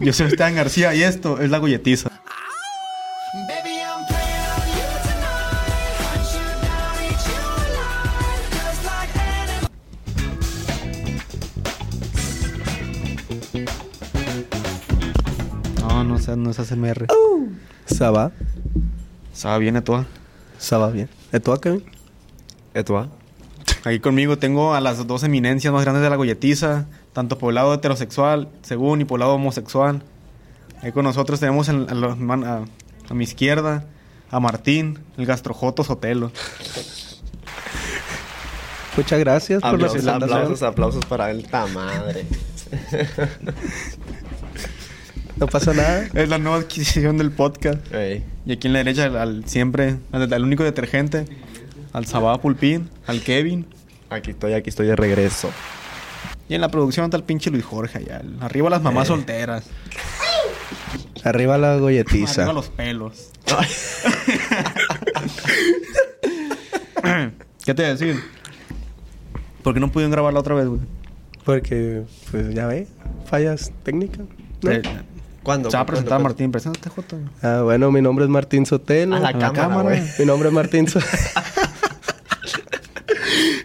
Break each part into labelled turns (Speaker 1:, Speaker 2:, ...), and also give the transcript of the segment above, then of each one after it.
Speaker 1: Yo soy Stan García y esto es la golletiza.
Speaker 2: Baby, I'm playing on you tonight. Hunt you down, eat you alive, just like an
Speaker 1: No, no seas, no seas MR.
Speaker 3: Saba,
Speaker 1: Estaba bien, Etoa.
Speaker 3: Saba bien. eh? ¿Etua Kevin?
Speaker 4: Etua.
Speaker 1: Aquí conmigo tengo a las dos eminencias más grandes de la golletiza, tanto por el lado heterosexual, según, y por el lado homosexual. Ahí con nosotros tenemos en- a, los man- a- a mi izquierda a Martín, el gastrojoto Sotelo.
Speaker 3: Muchas gracias por la
Speaker 4: Aplausos,
Speaker 3: presentación.
Speaker 4: aplausos, aplausos para él. ¡Ta madre!
Speaker 3: No pasa nada.
Speaker 1: Es la nueva adquisición del podcast.
Speaker 4: Ey.
Speaker 1: Y aquí en la derecha al, al siempre, al, al único detergente, al Sabá Pulpín, al Kevin.
Speaker 4: Aquí estoy, aquí estoy de regreso.
Speaker 1: Y en la producción está el pinche Luis Jorge allá. el- Arriba las mamás solteras.
Speaker 3: Arriba la golletiza.
Speaker 1: Arriba los pelos. ¿Qué te voy a decir? ¿Por qué no pudieron grabarla otra vez, güey?
Speaker 3: Porque, pues ya ve, fallas técnicas. ¿no?
Speaker 1: Eh,
Speaker 4: ¿Cuándo?
Speaker 1: Se va
Speaker 4: ¿Cuándo,
Speaker 1: a presentar
Speaker 4: cuándo?
Speaker 1: Martín. Preséntate, Jota.
Speaker 3: Ah, bueno, mi nombre es Martín Sotelo.
Speaker 4: A la cámara,
Speaker 1: cámara.
Speaker 4: güey.
Speaker 3: Mi nombre es Martín Sotelo.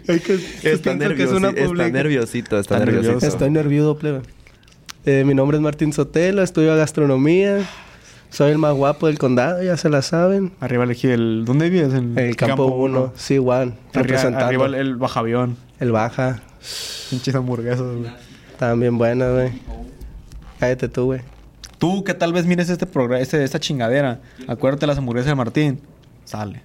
Speaker 3: es que,
Speaker 4: Está
Speaker 3: pienso que es una
Speaker 4: nerviosi- está
Speaker 3: publica-
Speaker 4: nerviosito, está
Speaker 1: Está
Speaker 4: nerviosito.
Speaker 1: nervioso.
Speaker 3: Estoy nervioso, plebe. Eh, mi nombre es Martín Sotelo, estudio gastronomía. Soy el más guapo del condado, ya se la saben.
Speaker 1: Arriba el, el... ¿Dónde vives? En
Speaker 3: El campo 1, sí, Juan,
Speaker 1: Arriba,
Speaker 3: representando.
Speaker 1: arriba el,
Speaker 3: el...
Speaker 1: el bajavión.
Speaker 3: baja,
Speaker 1: Pinches hamburguesas, güey.
Speaker 3: también buena, güey. Cállate tú, güey.
Speaker 1: Tú que tal vez mires este programa, este, esta chingadera, acuérdate de las hamburguesas de Martín. Sale.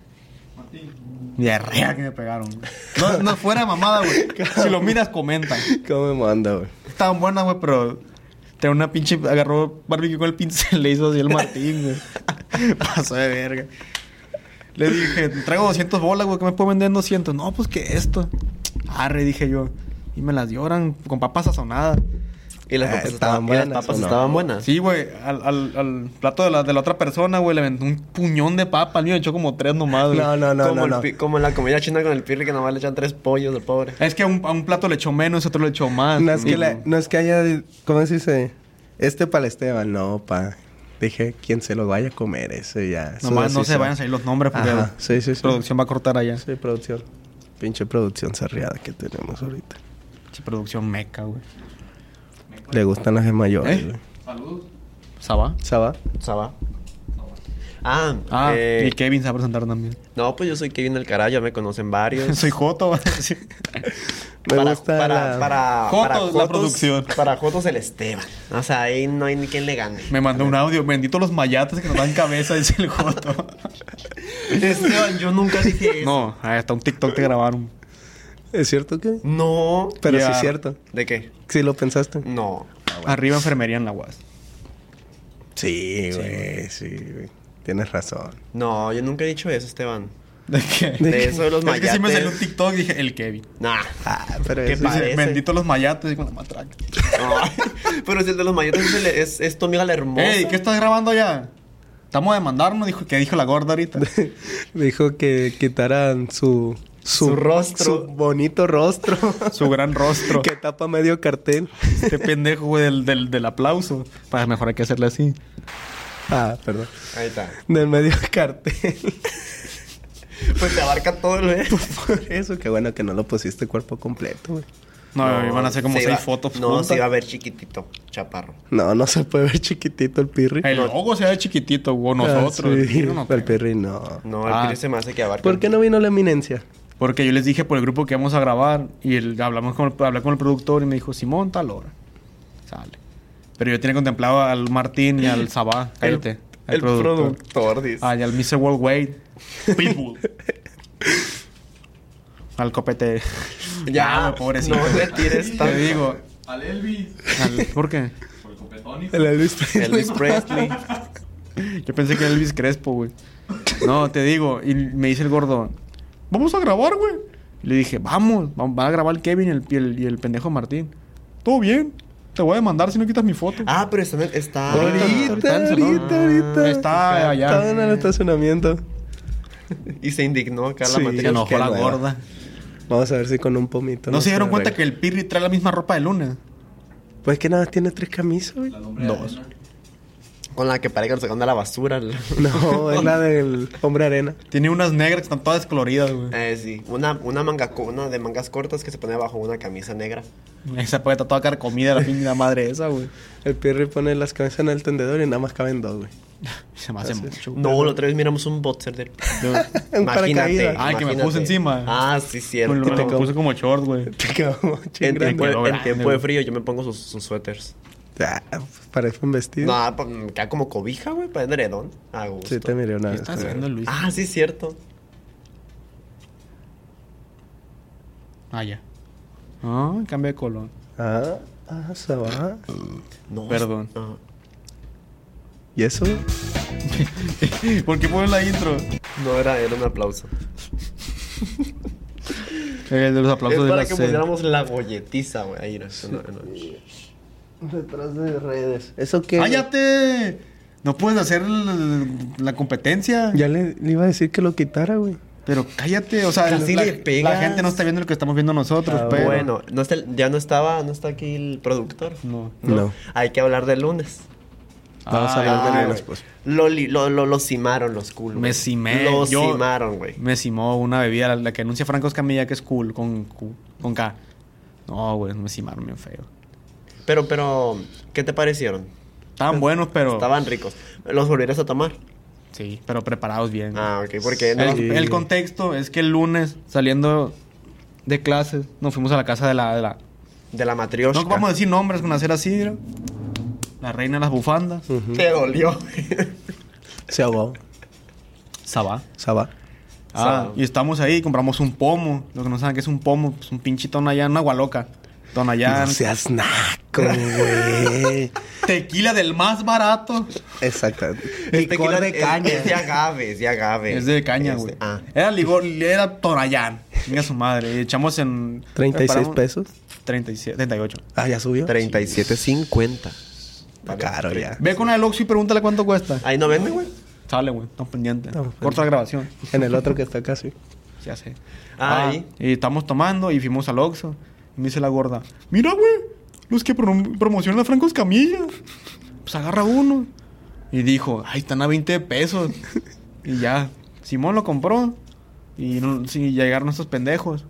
Speaker 1: Martín. Diarrea que me pegaron. güey. No, no fuera de mamada, güey. si lo miras, comenta.
Speaker 3: ¿Cómo me manda, güey?
Speaker 1: Estaban buenas, güey, pero. Tenía una pinche. Agarró barbecue con el pincel, le hizo así el Martín, güey. Pasó de verga. Le dije, traigo 200 bolas, güey, que me puedo vender en 200. No, pues que esto. Arre, dije yo. Y me las lloran con papas sazonadas.
Speaker 4: Y las
Speaker 3: Ah,
Speaker 4: papas estaban,
Speaker 3: estaban
Speaker 4: y las
Speaker 3: buenas,
Speaker 4: papas
Speaker 3: ¿o no?
Speaker 4: estaban buenas.
Speaker 1: Sí, güey, al, al, al plato de la, de la otra persona, güey, le aventó un puñón de papa. El mío echó como tres nomás, güey.
Speaker 3: No, no, no,
Speaker 4: como,
Speaker 3: no.
Speaker 4: el
Speaker 3: no.
Speaker 4: pi- como en la comida china con el pirri que nomás le echan tres pollos, el pobre. Mm.
Speaker 1: Es que a un, a un plato le echó menos, a otro le echó más.
Speaker 3: No es,
Speaker 1: Y-
Speaker 3: que la- no es que haya, ¿cómo se dice? Este para el Esteban, no, pa. Dije, quien se lo vaya a comer, ese ya. su
Speaker 1: Nomás no se
Speaker 3: decisión.
Speaker 1: vayan a salir los nombres porque
Speaker 3: Ajá, sí, sí, sí.
Speaker 1: producción va a cortar allá.
Speaker 3: Sí, producción. Pinche producción sarriada que tenemos ahorita.
Speaker 1: Che, producción meca, güey.
Speaker 3: Le gustan las de mayores,
Speaker 1: ¿Eh?
Speaker 3: güey.
Speaker 1: ¿Saba?
Speaker 3: ¿Saba?
Speaker 4: Saba. Ah,
Speaker 1: Ah,
Speaker 4: eh,
Speaker 1: y Kevin se va a presentar también.
Speaker 4: no, pues yo soy Kevin del Caray, ya me conocen varios.
Speaker 1: Soy Joto, güey.
Speaker 3: Me
Speaker 4: para,
Speaker 3: gusta
Speaker 4: para,
Speaker 3: la-
Speaker 4: para,
Speaker 1: Jotos,
Speaker 4: para
Speaker 1: la producción.
Speaker 4: Para Jotos el Esteban. O sea, ahí no hay ni quien le gane.
Speaker 1: Me mandó un audio. Bendito los mayates que nos dan cabeza, dice el Joto.
Speaker 4: Esteban, yo nunca dije eso.
Speaker 1: no, ahí está un TikTok te grabaron.
Speaker 3: ¿Es cierto que?
Speaker 4: No.
Speaker 3: Pero sí
Speaker 1: Ya.
Speaker 3: es cierto.
Speaker 4: ¿De qué?
Speaker 3: Sí lo pensaste.
Speaker 4: No.
Speaker 1: Arriba enfermería en la UAS.
Speaker 3: Sí, güey, sí, güey. Tienes razón.
Speaker 4: No, yo nunca he dicho eso, Esteban.
Speaker 1: ¿De qué?
Speaker 5: ¿De
Speaker 3: De
Speaker 5: qué?
Speaker 3: eso de los
Speaker 1: es que
Speaker 3: mayates.
Speaker 1: sí me salió un TikTok y dije, el Kevin.
Speaker 3: Nah.
Speaker 5: Ah, pero
Speaker 3: ¿Qué
Speaker 5: eso-
Speaker 3: pa-
Speaker 1: Dice,
Speaker 3: Parece.
Speaker 1: Bendito los mayates. Y con la matraca.
Speaker 3: No. Pero si el de los mayates es, el- es, es tu amiga la hermosa.
Speaker 1: Ey, ¿qué estás grabando allá? Estamos a demandarnos, dijo, que dijo la gorda ahorita.
Speaker 5: dijo que quitaran su...
Speaker 3: Su rostro.
Speaker 5: Su bonito rostro.
Speaker 1: Su gran rostro.
Speaker 5: que tapa medio cartel.
Speaker 1: Este pendejo, güey, del, del, del aplauso. Para mejor hay que hacerle así.
Speaker 5: Ah, perdón.
Speaker 3: Ahí está.
Speaker 5: Del medio cartel.
Speaker 3: Pues te abarca todo el...
Speaker 5: Por eso, qué bueno que no lo pusiste cuerpo completo, güey.
Speaker 1: No, iban a hacer como
Speaker 3: se
Speaker 1: seis
Speaker 3: iba-
Speaker 1: fotos.
Speaker 3: No,
Speaker 1: juntas.
Speaker 3: se iba a ver chiquitito, chaparro.
Speaker 5: No, no se puede ver chiquitito el pirri.
Speaker 1: El logo se ve chiquitito, güey, nosotros.
Speaker 5: Ah, sí,
Speaker 1: el tiro no
Speaker 5: El
Speaker 1: creo.
Speaker 5: pirri no.
Speaker 3: No, el
Speaker 1: Ah.
Speaker 3: Piri se me hace que abarca.
Speaker 5: ¿Por qué no vino la eminencia?
Speaker 1: Porque yo les dije por el grupo que íbamos a grabar y el- hablamos con, hablé con el productor y me dijo, Simón, tal hora. Sale. Pero yo tenía contemplado al Martín y al Sabá. Cállate. al
Speaker 3: El productor, dice.
Speaker 1: Ah, y al Mr. Worldwide. Pitbull. al copete.
Speaker 3: ya,
Speaker 1: güey, pobrecito.
Speaker 3: No le tires
Speaker 1: Te
Speaker 3: tanto.
Speaker 1: digo. Al Elvis. ¿Por qué?
Speaker 5: El Elvis Presley.
Speaker 3: Elvis Presley.
Speaker 1: Yo pensé que era Elvis Crespo, güey. No, te digo. Y me dice el gordo, vamos a grabar, güey. Y le dije, vamos, va va a grabar el Kevin y el, y el- y el pendejo Martín. Todo bien. Te voy a demandar si no quitas mi foto.
Speaker 3: Ah, pero está... en el- está
Speaker 5: Ahorita,
Speaker 1: Ahorita,
Speaker 5: ahorita, ahorita.
Speaker 1: Está allá.
Speaker 5: Estaba en el estacionamiento.
Speaker 3: Y se indignó acá la
Speaker 5: Sí,
Speaker 3: matriz.
Speaker 1: Se enojó
Speaker 5: qué
Speaker 1: la
Speaker 5: hueva.
Speaker 1: gorda.
Speaker 5: Vamos a ver si con un pomito.
Speaker 1: ¿No se dieron cuenta
Speaker 5: arregla.
Speaker 1: que el Pirri trae la misma ropa de luna?
Speaker 5: Pues que nada, más tiene tres camisas, güey.
Speaker 1: Dos.
Speaker 3: Con la que parece que lo sacaron de la basura. el-
Speaker 5: No, es la del hombre arena.
Speaker 1: Tiene unas negras que están todas descoloridas, güey.
Speaker 3: Eh, sí. Una, una manga co- una de mangas cortas que se pone bajo una camisa negra.
Speaker 1: Esa puede estar toda carcomida, la pinche madre esa, güey.
Speaker 5: El pirri pone las camisas en el tendedor y nada más caben dos, güey.
Speaker 1: Se me hace mucho.
Speaker 3: No, la otra vez miramos un boxer del...
Speaker 5: Un
Speaker 3: Imagínate.
Speaker 5: paracaídas.
Speaker 1: Ay, que me
Speaker 3: imagínate.
Speaker 1: puse encima.
Speaker 3: Ah, sí, cierto.
Speaker 1: Bueno, me lo puse como short, güey.
Speaker 5: Te quedó
Speaker 3: En
Speaker 5: grande.
Speaker 3: tiempo, de-
Speaker 1: quedó
Speaker 3: en
Speaker 1: grande,
Speaker 3: tiempo de
Speaker 1: güey.
Speaker 3: frío yo me pongo sus, sus suéteres.
Speaker 5: Ah, pues parece un vestido.
Speaker 3: No, pues, me queda como cobija, güey, para edredón. A gusto.
Speaker 5: sí, te miré una
Speaker 1: ¿Qué
Speaker 5: vez.
Speaker 1: está
Speaker 5: güey.
Speaker 1: haciendo Luis?
Speaker 3: Ah, sí, cierto.
Speaker 1: Ah, ya. Ah, cambio de color.
Speaker 5: Ah, ah, se va.
Speaker 3: No,
Speaker 1: Perdón.
Speaker 3: es- No,
Speaker 5: ¿Y eso?
Speaker 1: ¿Por qué ponen la intro?
Speaker 3: no era, era un aplauso.
Speaker 1: El Eh, de los
Speaker 3: Es
Speaker 1: aplausos de
Speaker 3: para
Speaker 1: la
Speaker 3: que
Speaker 1: serie.
Speaker 3: pusiéramos la bolletiza, güey. Ahí, no, no, no.
Speaker 5: Detrás de redes. ¿Eso qué?
Speaker 1: ¡Cállate! No puedes hacer el- la competencia.
Speaker 5: Ya le, le iba a decir que lo quitara, güey.
Speaker 1: Pero cállate, o sea,
Speaker 3: Casi
Speaker 1: la,
Speaker 3: le pegas.
Speaker 1: la gente no está viendo lo que estamos viendo nosotros,
Speaker 5: Ah,
Speaker 1: pero
Speaker 3: Bueno, no está el- ya no estaba, no está aquí el productor.
Speaker 1: No.
Speaker 5: No.
Speaker 3: Hay que hablar del lunes.
Speaker 5: Vamos a hablar
Speaker 3: Ah,
Speaker 5: de redes,
Speaker 3: güey.
Speaker 5: pues.
Speaker 3: Lo, li- lo, lo, lo cimaron los culos.
Speaker 1: Me cimé.
Speaker 3: Lo
Speaker 1: yo-
Speaker 3: cimaron, güey.
Speaker 1: Me cimó una bebida, la, la que anuncia Franco Escamilla, que es cool, con, Q- con K. No, güey, me cimaron bien feo.
Speaker 3: Pero, pero, ¿qué te parecieron? Pues,
Speaker 1: Estaban buenos, pero.
Speaker 3: Estaban ricos. ¿Los volvieras a tomar?
Speaker 1: Sí, pero preparados bien.
Speaker 3: Ah, ok, porque no.
Speaker 1: El,
Speaker 5: Sí.
Speaker 1: el contexto es que el lunes, saliendo de clases, nos fuimos a la casa de la. de la-
Speaker 3: De la matrioshka.
Speaker 1: no vamos a decir nombres con hacer así, ¿no? La reina de las bufandas,
Speaker 3: Te dolió.
Speaker 5: Se ahogó.
Speaker 1: Sabá.
Speaker 5: Sabá.
Speaker 1: Ah,
Speaker 3: Sabá.
Speaker 1: y estamos ahí, compramos un pomo. Lo que no saben que es un pomo, es un pinche tonallán, una gualoca.
Speaker 5: No
Speaker 1: Tonallán.
Speaker 5: seas naco, güey.
Speaker 1: Tequila del más barato.
Speaker 5: Exactamente.
Speaker 3: Es tequila-
Speaker 5: Licor de
Speaker 3: es-
Speaker 5: caña.
Speaker 3: Es Este de agave, es de agave.
Speaker 1: Es de caña,
Speaker 3: Es
Speaker 1: güey.
Speaker 3: de- Ah.
Speaker 1: Era ligor, era Torayán. Venga su madre. Y Echamos en.
Speaker 5: 36
Speaker 1: preparamos-
Speaker 5: pesos.
Speaker 1: 37, 38.
Speaker 5: Ah, ya subió.
Speaker 3: 37.50.
Speaker 5: Está caro ya.
Speaker 1: Ve con el Oxxo y pregúntale cuánto cuesta.
Speaker 3: Ahí no vende, güey.
Speaker 1: Sale, güey. Estamos pendientes.
Speaker 5: Estamos pendientes.
Speaker 1: Corta la grabación.
Speaker 5: En el otro que está casi.
Speaker 1: Ya sé.
Speaker 3: Ah, ahí.
Speaker 1: y estamos tomando y fuimos al Oxxo. Y me dice la gorda, mira, güey, los que prom- promocionan a Franco Escamilla. Pues agarra uno. Y dijo, ay, están a 20 pesos. y ya, Simón lo compró. Y no- sí, ya llegaron estos pendejos.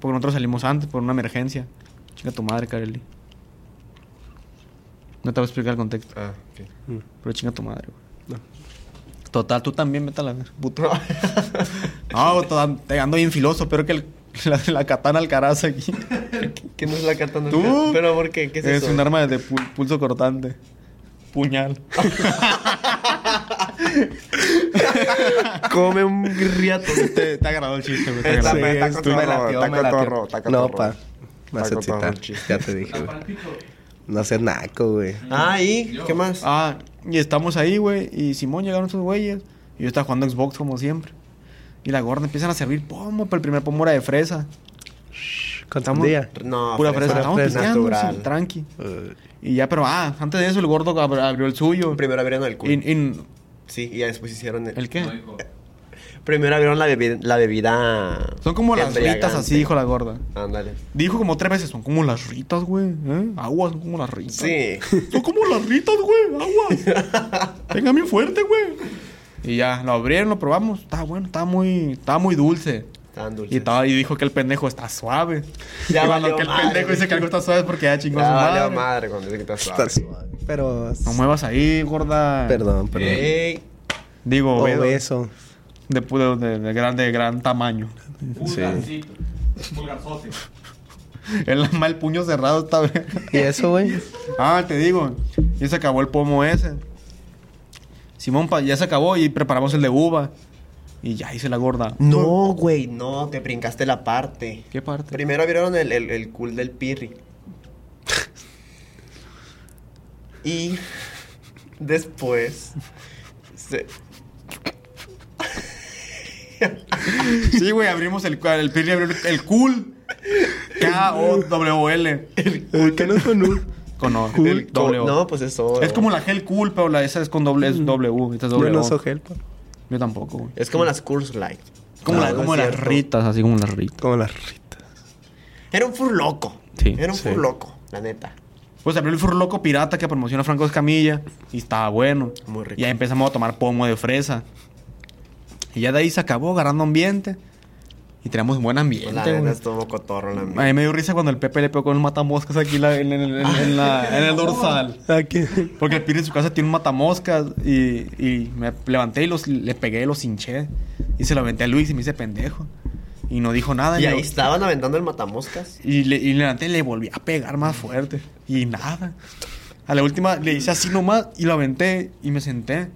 Speaker 1: Porque nosotros salimos antes por una emergencia. Chica tu madre, Kareli. No te voy a explicar el contexto.
Speaker 3: Ah, ok.
Speaker 1: Pero chinga tu madre, güey. Total, tú también vete a la verga, puto. no, güey, toda- te ando bien filoso, pero que el- la, la katana Alcaraz aquí.
Speaker 3: ¿Qué no es la carta?
Speaker 1: ¿Tú?
Speaker 3: ¿Pero por qué? ¿Qué es, eso?
Speaker 1: un arma de pu- pulso cortante. Puñal.
Speaker 3: Come un riato. este
Speaker 1: te, te agradó el chiste, güey. te
Speaker 3: Está
Speaker 1: agradó.
Speaker 3: pe-
Speaker 5: es-
Speaker 3: cotorro,
Speaker 5: me latió,
Speaker 3: está
Speaker 5: me latió.
Speaker 3: cotorro, está
Speaker 5: No,
Speaker 3: cotorro.
Speaker 5: pa. Me hace
Speaker 3: Está cotorro
Speaker 5: excitar.
Speaker 3: el chiste.
Speaker 5: Ya te dije, güey. No seas naco, güey.
Speaker 3: Ah, ¿y? ¿Qué más?
Speaker 1: Ah, y estamos ahí, güey. Y Simón llegaron sus güeyes. Y yo estaba jugando Xbox como siempre. Y la gorda empiezan a servir pomo, pero el primer pomo era de fresa.
Speaker 5: Contamos.
Speaker 3: No,
Speaker 1: pura
Speaker 3: fresa,
Speaker 1: fresa. Estamos
Speaker 3: fresa
Speaker 1: pisteando,
Speaker 3: natural. Uh.
Speaker 1: sí, tranqui. Y ya, pero ah, antes de eso el gordo abr- abrió el suyo.
Speaker 3: Primero abrieron el culo.
Speaker 1: Y, y-
Speaker 3: Sí, y ya después hicieron el...
Speaker 1: ¿El qué?
Speaker 3: Primero abrieron la bebida... La bebida
Speaker 1: Son como las ritas, así
Speaker 3: embriagante.
Speaker 1: dijo la gorda.
Speaker 3: Ándale.
Speaker 1: Dijo como tres veces, son como las ritas, güey. ¿eh? Aguas, son como las ritas.
Speaker 3: Sí.
Speaker 1: Son como las ritas, güey. Aguas. Venga bien fuerte, güey. Y ya, lo abrieron, lo probamos. Estaba bueno, estaba muy, estaba muy dulce.
Speaker 3: Estaban dulces.
Speaker 1: Y, estaba, y dijo que el pendejo está suave.
Speaker 3: Ya
Speaker 1: y cuando
Speaker 3: valió
Speaker 1: que el
Speaker 3: madre.
Speaker 1: pendejo dice que algo está suave es porque ya
Speaker 3: Ya
Speaker 1: chingó a su
Speaker 3: valió
Speaker 1: madre.
Speaker 3: madre cuando dice que está suave.
Speaker 5: Está suave. Pero.
Speaker 1: No muevas ahí, gorda.
Speaker 5: Perdón, perdón.
Speaker 3: Ey,
Speaker 1: Digo, obedo.
Speaker 5: Obeso.
Speaker 1: De, pu- de, de gran, de gran tamaño.
Speaker 5: Sí.
Speaker 1: El, el puño cerrado está
Speaker 5: ¿Y eso, güey?
Speaker 1: Ah, te digo. Ya se acabó el pomo ese. Simón, pa- ya se acabó y preparamos el de uva. Y ya hice la gorda.
Speaker 3: No, güey, no, te brincaste la parte.
Speaker 1: ¿Qué parte?
Speaker 3: Primero abrieron el, el, el cool del pirri. y después se-
Speaker 1: Sí, güey, abrimos el, el pirri abrió el, el cool. K-O-W-L.
Speaker 5: ¿Qué no es con U?
Speaker 1: Con O.
Speaker 5: Cool.
Speaker 1: El doble O.
Speaker 3: No, pues eso.
Speaker 1: Es como la gel cool, pero la, esa es con doble, es W. Esta es
Speaker 5: Yo
Speaker 1: doble
Speaker 5: no
Speaker 1: O.
Speaker 5: soy helpa.
Speaker 1: Yo tampoco, güey.
Speaker 3: Es como las Curse Light.
Speaker 1: Como,
Speaker 3: No,
Speaker 1: la-
Speaker 3: no
Speaker 1: como
Speaker 3: es
Speaker 1: las
Speaker 3: cierto.
Speaker 1: ritas, así como las ritas.
Speaker 5: Como las ritas.
Speaker 3: Era un furloco.
Speaker 1: Sí,
Speaker 3: Era un
Speaker 5: sí.
Speaker 3: furloco, la neta.
Speaker 1: Pues abrió el furloco pirata que promociona Franco Escamilla y estaba bueno.
Speaker 3: Muy rico.
Speaker 1: Y ahí empezamos a tomar pomo de fresa. Y ya de ahí se acabó agarrando ambiente. Y teníamos buen ambiente.
Speaker 3: La neta
Speaker 1: güey.
Speaker 3: estuvo cotorro la
Speaker 1: A
Speaker 3: mía.
Speaker 1: mí me dio risa cuando el Pepe le pegó con un matamoscas aquí la- en, en- en- en la- en el dorsal.
Speaker 5: Aquí.
Speaker 1: Porque el Piri en su casa tiene un matamoscas y, y me levanté y los, le pegué, los hinché. Y se lo aventé a Luis y me hice pendejo. Y no dijo nada.
Speaker 3: Y
Speaker 1: me-
Speaker 3: ahí estaban aventando el matamoscas.
Speaker 1: y le, y levanté y le volví a pegar más fuerte. Y nada. A la última le hice así nomás y lo aventé y me senté.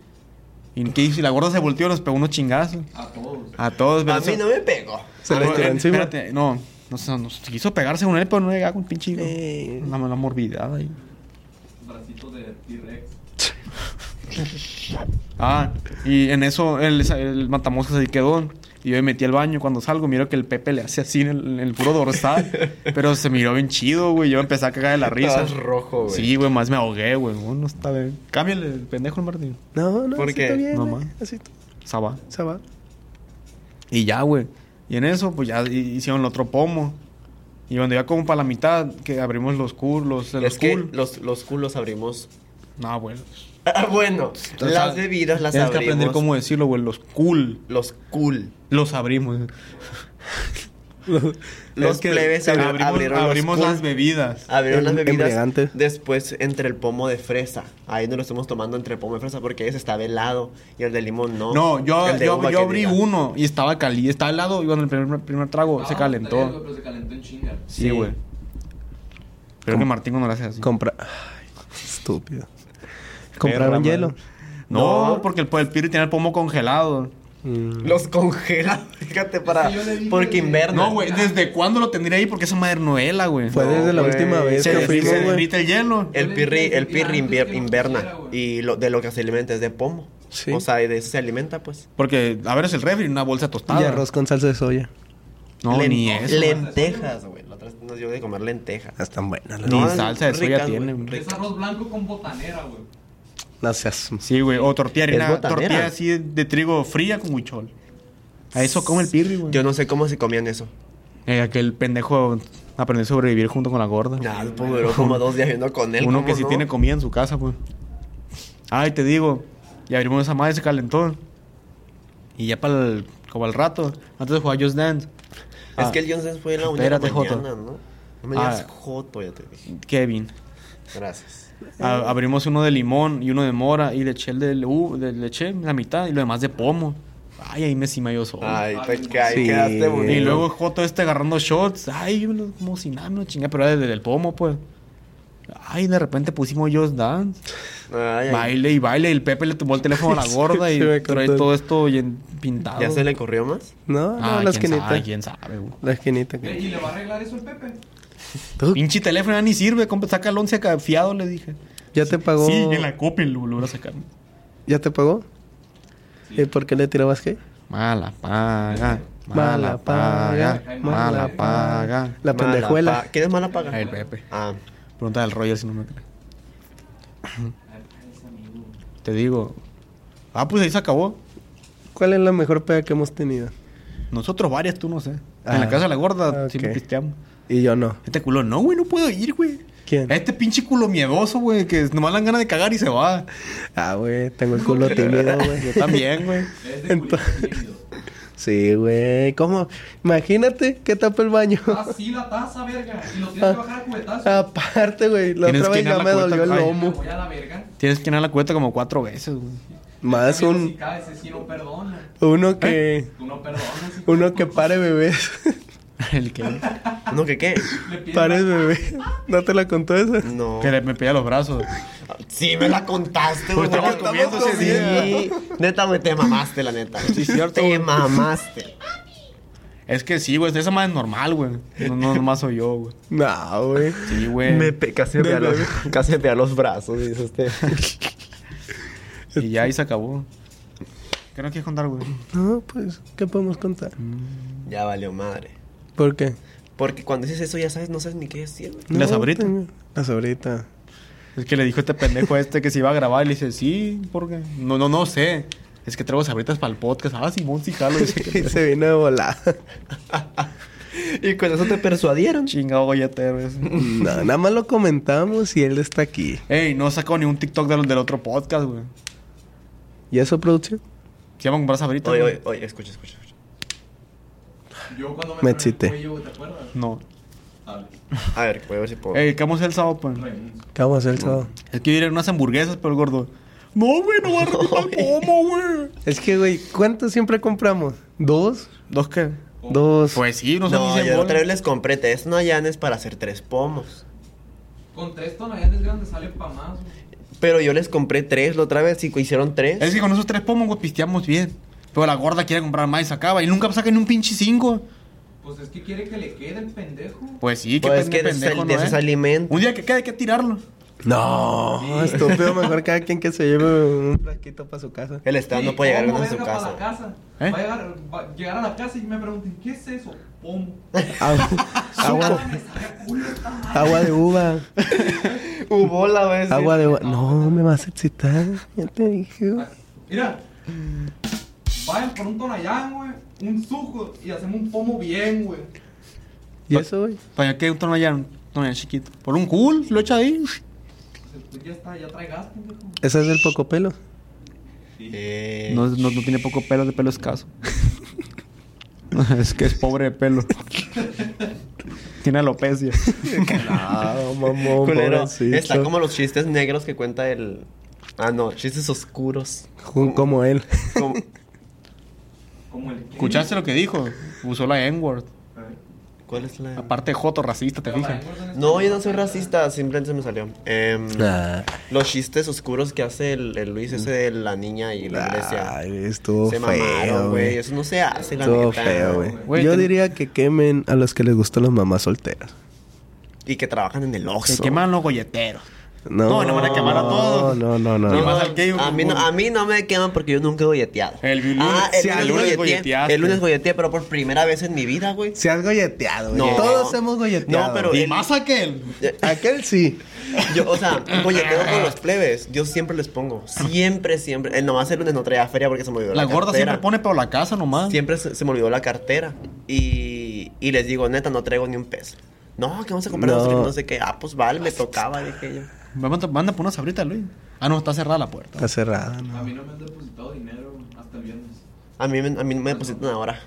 Speaker 1: ¿Y qué hice? Y la gorda se volteó y nos pegó unos chingazos. A todos. A todos. pero
Speaker 3: A mí
Speaker 1: eso-
Speaker 3: no me pegó.
Speaker 5: Se le
Speaker 1: Pero,
Speaker 5: tiró
Speaker 1: eh,
Speaker 5: encima.
Speaker 1: Espérate, no. No sé, nos quiso pegar según él, pero no llegaba con un pinche hilo.
Speaker 5: Eh.
Speaker 1: Una mala morbidada ahí. Bracito de T-Rex. ah, y en eso el, el matamoscas ahí quedó. Y yo me metí al baño. Cuando salgo, miro que el Pepe le hace así en el, en el puro dorsal. pero se miró bien chido, güey. Yo empecé a cagar de la risa.
Speaker 3: Estabas rojo, güey.
Speaker 1: Sí, güey, más me ahogué, güey. No, no está bien. Cámbiale el pendejo el Martín.
Speaker 5: No, no,
Speaker 3: ¿Por
Speaker 5: así
Speaker 3: qué?
Speaker 5: está bien.
Speaker 1: No,
Speaker 5: güey.
Speaker 1: ma.
Speaker 5: Así está-
Speaker 1: Sabá.
Speaker 5: se va.
Speaker 1: Y ya, güey. Y en eso, pues ya hi- hicieron el otro pomo. Y cuando ya como para la mitad, que abrimos los curlos, los,
Speaker 3: Es que
Speaker 1: cool.
Speaker 3: los, los culos abrimos.
Speaker 1: No, güey.
Speaker 3: Ah, bueno,
Speaker 1: O sea,
Speaker 3: las bebidas las
Speaker 1: Tienes
Speaker 3: abrimos.
Speaker 1: que aprender cómo decirlo, güey. Los cool.
Speaker 3: Los cool.
Speaker 1: Los abrimos.
Speaker 3: Los
Speaker 5: Es que
Speaker 3: plebes abri-
Speaker 1: abrimos
Speaker 3: abrieron, los
Speaker 1: abrimos
Speaker 3: cool.
Speaker 1: las bebidas.
Speaker 3: Abrieron las
Speaker 5: Em- embriagante.
Speaker 3: bebidas. Después, entre el pomo de fresa. Ahí nos lo estamos tomando entre el pomo de fresa porque ese está velado y el de limón no.
Speaker 1: No, yo,
Speaker 3: El de
Speaker 1: yo,
Speaker 3: uva
Speaker 1: yo
Speaker 3: que
Speaker 1: abrí
Speaker 3: diga.
Speaker 1: uno y estaba caliente. Estaba helado y cuando el primer, primer trago se calentó.
Speaker 6: Ah, Pero se calentó en chinga.
Speaker 1: sí, güey. Creo que Martín cuando lo hace así.
Speaker 5: Compra. Ay, estúpido. Compraron
Speaker 1: Perra
Speaker 5: hielo.
Speaker 1: madre. No, porque el, el Piri tenía el pomo congelado. Mm.
Speaker 3: Los congela, fíjate, para. porque inverna.
Speaker 1: No, güey, ¿desde cuándo lo tendría ahí? Porque esa madre no hela, güey.
Speaker 5: Fue
Speaker 3: No,
Speaker 5: desde la
Speaker 3: güey.
Speaker 5: última vez
Speaker 1: se
Speaker 5: que
Speaker 1: derrite-
Speaker 5: fuimos,
Speaker 1: se
Speaker 5: güey.
Speaker 1: derrite el hielo.
Speaker 3: El pirri, el pirri
Speaker 6: antes
Speaker 3: invier-
Speaker 6: que no quisiera,
Speaker 3: inverna.
Speaker 6: güey.
Speaker 3: Y lo, de lo que se alimenta es de pomo.
Speaker 5: Sí.
Speaker 3: O sea, y de eso se alimenta, pues.
Speaker 1: Porque, a ver, es el refri, una bolsa tostada.
Speaker 5: Y arroz con salsa de soya.
Speaker 1: No,
Speaker 3: Len-
Speaker 1: ni eso.
Speaker 3: Lentejas, güey. La otra vez nos dio de comer lentejas.
Speaker 5: Están buenas las
Speaker 1: Ni
Speaker 3: No,
Speaker 1: salsa de soya
Speaker 3: ricas,
Speaker 1: tiene,
Speaker 3: güey,
Speaker 1: güey.
Speaker 6: Es
Speaker 3: ricas.
Speaker 6: arroz blanco con botanera, güey.
Speaker 5: No seas...
Speaker 1: Sí, güey. O tortilla,
Speaker 3: Es
Speaker 1: harina,
Speaker 3: botanera.
Speaker 1: tortilla así de, de trigo fría con huichol. A eso come el pirri, güey.
Speaker 3: Yo no sé cómo se comían eso.
Speaker 1: Eh, aquel pendejo aprendió a sobrevivir junto con la gorda.
Speaker 3: Nada, pues duró como dos días viendo con él.
Speaker 1: Uno
Speaker 3: ¿cómo
Speaker 1: que sí
Speaker 3: no?
Speaker 1: tiene comida en su casa, pues. Ay, te digo. Y abrimos esa madre, se calentó. Y ya para el, como al rato, antes de jugar Just Dance,
Speaker 3: Es
Speaker 1: Ah.
Speaker 3: que el John Sanz fue en la una de la
Speaker 1: Espérate, Joto.
Speaker 3: mañana, ¿no? No me digas
Speaker 1: Ah.
Speaker 3: Joto, ya te dije.
Speaker 1: Kevin.
Speaker 3: Gracias.
Speaker 1: A- abrimos uno de limón y uno de mora y le eché el del u- de- le eché la mitad y lo demás de pomo. Ay, ahí me cima yo solo.
Speaker 3: Ay, te caí,
Speaker 5: Sí.
Speaker 3: quedaste bonito.
Speaker 1: y luego Joto este agarrando shots. Ay, yo me lo- como si nada, me lo chingué, pero era desde el pomo, pues. Ay, de repente pusimos Just Dance.
Speaker 3: Ay, ay.
Speaker 1: Baile y baile. Y el Pepe le tomó el teléfono a la gorda y
Speaker 5: Sí, me
Speaker 1: trae
Speaker 5: contó.
Speaker 1: todo esto llen- pintado.
Speaker 3: ¿Ya se le corrió más?
Speaker 5: No, no,
Speaker 1: Ah,
Speaker 5: la
Speaker 1: quién
Speaker 5: esquinita.
Speaker 1: sabe, quién sabe, güey.
Speaker 5: La esquinita. que-
Speaker 6: Ve, ¿Y le va a arreglar eso el Pepe?
Speaker 1: Pinche teléfono ya ni sirve, compa, saca el once acá fiado, le dije.
Speaker 5: ¿Ya te pagó?
Speaker 1: Sí, en la copia lo volvieron a sacar.
Speaker 3: Eh,
Speaker 5: ¿Ya te pagó? ¿Y por qué le tirabas qué?
Speaker 1: Mala paga.
Speaker 3: Mala paga, mala paga. La pendejuela.
Speaker 2: pa- ¿Quién es mala paga?
Speaker 1: Ay, el Pepe.
Speaker 2: Ah,
Speaker 1: Pregunta al Roger si no me cree. Te digo. Ah, pues ahí se acabó.
Speaker 3: ¿Cuál es la mejor pega que hemos tenido?
Speaker 1: Nosotros varias, tú no sé.
Speaker 3: Ah,
Speaker 1: en la casa de la gorda
Speaker 3: ah,
Speaker 1: sí me
Speaker 3: ok.
Speaker 1: pisteamos.
Speaker 3: Y yo no.
Speaker 1: Este culo, no, güey, no puedo ir, güey.
Speaker 3: ¿Quién?
Speaker 1: Este pinche culo miedoso, güey, que nomás le dan ganas de cagar y se va.
Speaker 3: Ah, güey, tengo el culo tímido,
Speaker 1: Yo
Speaker 3: güey.
Speaker 1: también, güey.
Speaker 3: Ento- Sí, güey. ¿Cómo? Imagínate que tapa el baño. Ah,
Speaker 7: Así Ah, la taza, verga. Y lo tienes que bajar a cubetazo.
Speaker 3: Aparte, güey, la
Speaker 1: Tienes
Speaker 3: otra
Speaker 1: que
Speaker 3: vez ya
Speaker 1: llenar
Speaker 3: me
Speaker 1: la cuenta,
Speaker 3: dolió el
Speaker 1: ay.
Speaker 3: lomo.
Speaker 7: Voy a la verga.
Speaker 1: Tienes que llenar la cubeta como cuatro veces, güey.
Speaker 3: Más
Speaker 7: Pero Si
Speaker 3: un
Speaker 7: caes, ese sí no perdona. ¿Eh?
Speaker 3: uno que
Speaker 7: Tú no perdonas. hijo.
Speaker 3: uno que pare bebés.
Speaker 1: El que,
Speaker 2: ¿No que qué?
Speaker 7: Le pides
Speaker 3: Pare
Speaker 7: más-
Speaker 3: bebé. ¿No te la contó esa?
Speaker 2: No.
Speaker 1: que le- me pega los brazos.
Speaker 2: Sí, me la contaste, güey.
Speaker 1: Pues estamos comiendo ese
Speaker 2: Sí, neta, güey, te mamaste, la neta.
Speaker 1: Sí, cierto,
Speaker 2: Te
Speaker 1: güey.
Speaker 2: mamaste.
Speaker 1: Es que sí, güey, esa madre es normal, güey. No, no, nomás soy yo, güey.
Speaker 3: No, güey.
Speaker 1: Sí, güey.
Speaker 2: casi me a los, casi a los brazos, dice este. usted.
Speaker 1: Y ya ahí se acabó. ¿Qué no quieres contar, güey?
Speaker 3: No, pues, ¿qué podemos contar?
Speaker 2: Mm. ya valió madre.
Speaker 3: ¿Por qué?
Speaker 2: Porque cuando dices eso, ya sabes, no sabes ni qué decir, güey.
Speaker 1: ¿La sabrita?
Speaker 3: tengo- La sabrita.
Speaker 1: Es que le dijo este pendejo a este que se iba a grabar y le dice, sí, porque no, no, no sé. Es que traigo sabritas para el podcast. Ah, Simón, sí, jalo. Dice
Speaker 3: Y
Speaker 1: que
Speaker 3: se vino de volada.
Speaker 2: Y con eso te persuadieron.
Speaker 1: chingado golletero. ese.
Speaker 3: No, nada más lo comentamos y él está aquí.
Speaker 1: Ey, no he sacado ni un TikTok del, del otro podcast, güey.
Speaker 3: ¿Y eso, producción?
Speaker 1: Se llama comprar sabritas.
Speaker 2: Oye,
Speaker 1: güey?
Speaker 2: oye, oye, escucha, escucha, escucha.
Speaker 7: Yo cuando me, troné el
Speaker 3: Me excité.
Speaker 7: cuello, ¿Te acuerdas?
Speaker 1: No.
Speaker 7: Dale.
Speaker 2: A ver, pues, voy a ver si puedo.
Speaker 1: Ey, ¿qué vamos a hacer el sábado, pues?
Speaker 3: ¿Qué vamos a hacer el sábado?
Speaker 1: Es que yo iré a unas hamburguesas, pero el gordo. No, güey, no va a repetir el pomo, güey.
Speaker 3: Es que, güey, ¿cuántos siempre compramos? ¿Dos?
Speaker 1: ¿Dos qué?
Speaker 3: Dos.
Speaker 1: Pues sí, no
Speaker 2: No,
Speaker 1: sé ni si
Speaker 2: yo la otra vez les compré tres nayanes para hacer tres pomos.
Speaker 7: Con tres tonalidades grandes sale pa' más. güey.
Speaker 2: Pero yo les compré tres la otra vez y hicieron tres.
Speaker 1: Es que con esos tres pomos, güey, pisteamos bien. Pero la gorda quiere comprar más y se acaba. Y nunca saca ni un pinche cinco.
Speaker 7: Pues es que quiere que le quede el pendejo.
Speaker 1: Pues sí, qué
Speaker 2: Pues es
Speaker 1: pende-
Speaker 2: que de
Speaker 1: pendejo,
Speaker 2: esos- de
Speaker 1: ¿no,
Speaker 2: esos
Speaker 1: eh?
Speaker 2: alimentos.
Speaker 1: Un día que quede hay que tirarlo.
Speaker 3: No, estúpido. Mejor cada quien que se lleve un plaquito para su casa.
Speaker 2: El estado
Speaker 7: Sí,
Speaker 2: no puede llegar
Speaker 7: ¿cómo
Speaker 2: a su
Speaker 7: verga pa'
Speaker 2: casa.
Speaker 7: la casa.
Speaker 1: ¿Eh?
Speaker 7: Va a llegar, va a llegar a la casa y me pregunten, ¿qué es eso? Pomo.
Speaker 3: Agua, agua,
Speaker 7: Me sabe a culo esta madre.
Speaker 3: agua de uva.
Speaker 2: Ubola, ¿ves?
Speaker 3: Agua de uva. No, me vas a excitar. Ya te dije. güey.
Speaker 7: Ah, Mira, vayan por un tonallán, güey, un suco y hacemos un pomo bien, güey.
Speaker 3: ¿Y eso, güey?
Speaker 1: Para que un tono allá, un tono allá chiquito. Por un cool, lo echa ahí.
Speaker 7: Pues ya está, ya trae gas, pendejo.
Speaker 3: ¿Esa es del poco pelo?
Speaker 1: No, no, no tiene poco pelo, de pelo escaso. es que es pobre de pelo. tiene alopecia.
Speaker 3: No, Ah, mamón.
Speaker 2: Culero,
Speaker 3: pobrecito.
Speaker 2: está como los chistes negros que cuenta el. Ah, no, chistes oscuros.
Speaker 3: Ju- Como él.
Speaker 2: Como-
Speaker 7: Como el que.
Speaker 1: ¿Escuchaste lo que dijo? Usó la N-word.
Speaker 2: ¿Cuál es la.? Pues
Speaker 1: Aparte de joto, racista, ¿te fijas?
Speaker 2: No, yo no soy racista, simplemente se me salió. Em,
Speaker 3: Nah.
Speaker 2: Los chistes oscuros que hace el, el Luis, ese de la niña y la iglesia.
Speaker 3: Ay, estuvo
Speaker 2: se
Speaker 3: feo,
Speaker 2: mamaron,
Speaker 3: güey.
Speaker 2: güey. Eso no se hace, la
Speaker 3: Estuvo
Speaker 2: neta.
Speaker 3: feo,
Speaker 1: Güey,
Speaker 3: güey. Yo
Speaker 1: ten-
Speaker 3: diría que quemen a los que les gustan las mamás solteras.
Speaker 2: Y que trabajan en el Oxxo.
Speaker 1: Se queman los golleteros.
Speaker 3: No,
Speaker 1: No, no van a quemar a todos.
Speaker 3: No, no, no.
Speaker 1: Ni
Speaker 3: no.
Speaker 1: más al que-
Speaker 2: a, mí no, a mí no me queman porque yo nunca he golleteado.
Speaker 1: El lunes-
Speaker 2: ah, el
Speaker 1: sí, el
Speaker 2: lunes,
Speaker 1: lunes
Speaker 2: golleteé.
Speaker 1: golleteaste.
Speaker 2: El lunes golleteé, pero por primera vez en mi vida, güey.
Speaker 3: Se has golleteado, güey.
Speaker 2: No.
Speaker 3: Todos hemos golleteado.
Speaker 2: No, pero-
Speaker 1: Y
Speaker 2: el-
Speaker 1: más aquel.
Speaker 3: Aquel sí.
Speaker 2: Yo, o sea, golleteo con
Speaker 1: Ah.
Speaker 2: los plebes. Yo siempre les pongo. Siempre, siempre. El nomás el lunes no traía feria porque se me olvidó
Speaker 1: La
Speaker 2: la,
Speaker 1: gorda
Speaker 2: cartera.
Speaker 1: siempre pone pero la casa nomás.
Speaker 2: Siempre se, se me olvidó la cartera. Y, y les digo, neta, no traigo ni un peso. No, que vamos a comprar no. sé qué,
Speaker 3: No.
Speaker 2: no sé qué. Ah, pues vale, me tocaba, dije yo.
Speaker 1: Manda, manda por una sabrita, Luis. Ah, no, está cerrada la puerta.
Speaker 3: Está cerrada,
Speaker 7: A
Speaker 3: ¿no?
Speaker 7: mí no me han depositado dinero hasta el viernes.
Speaker 2: A mí, me- a mí me depositan ahora.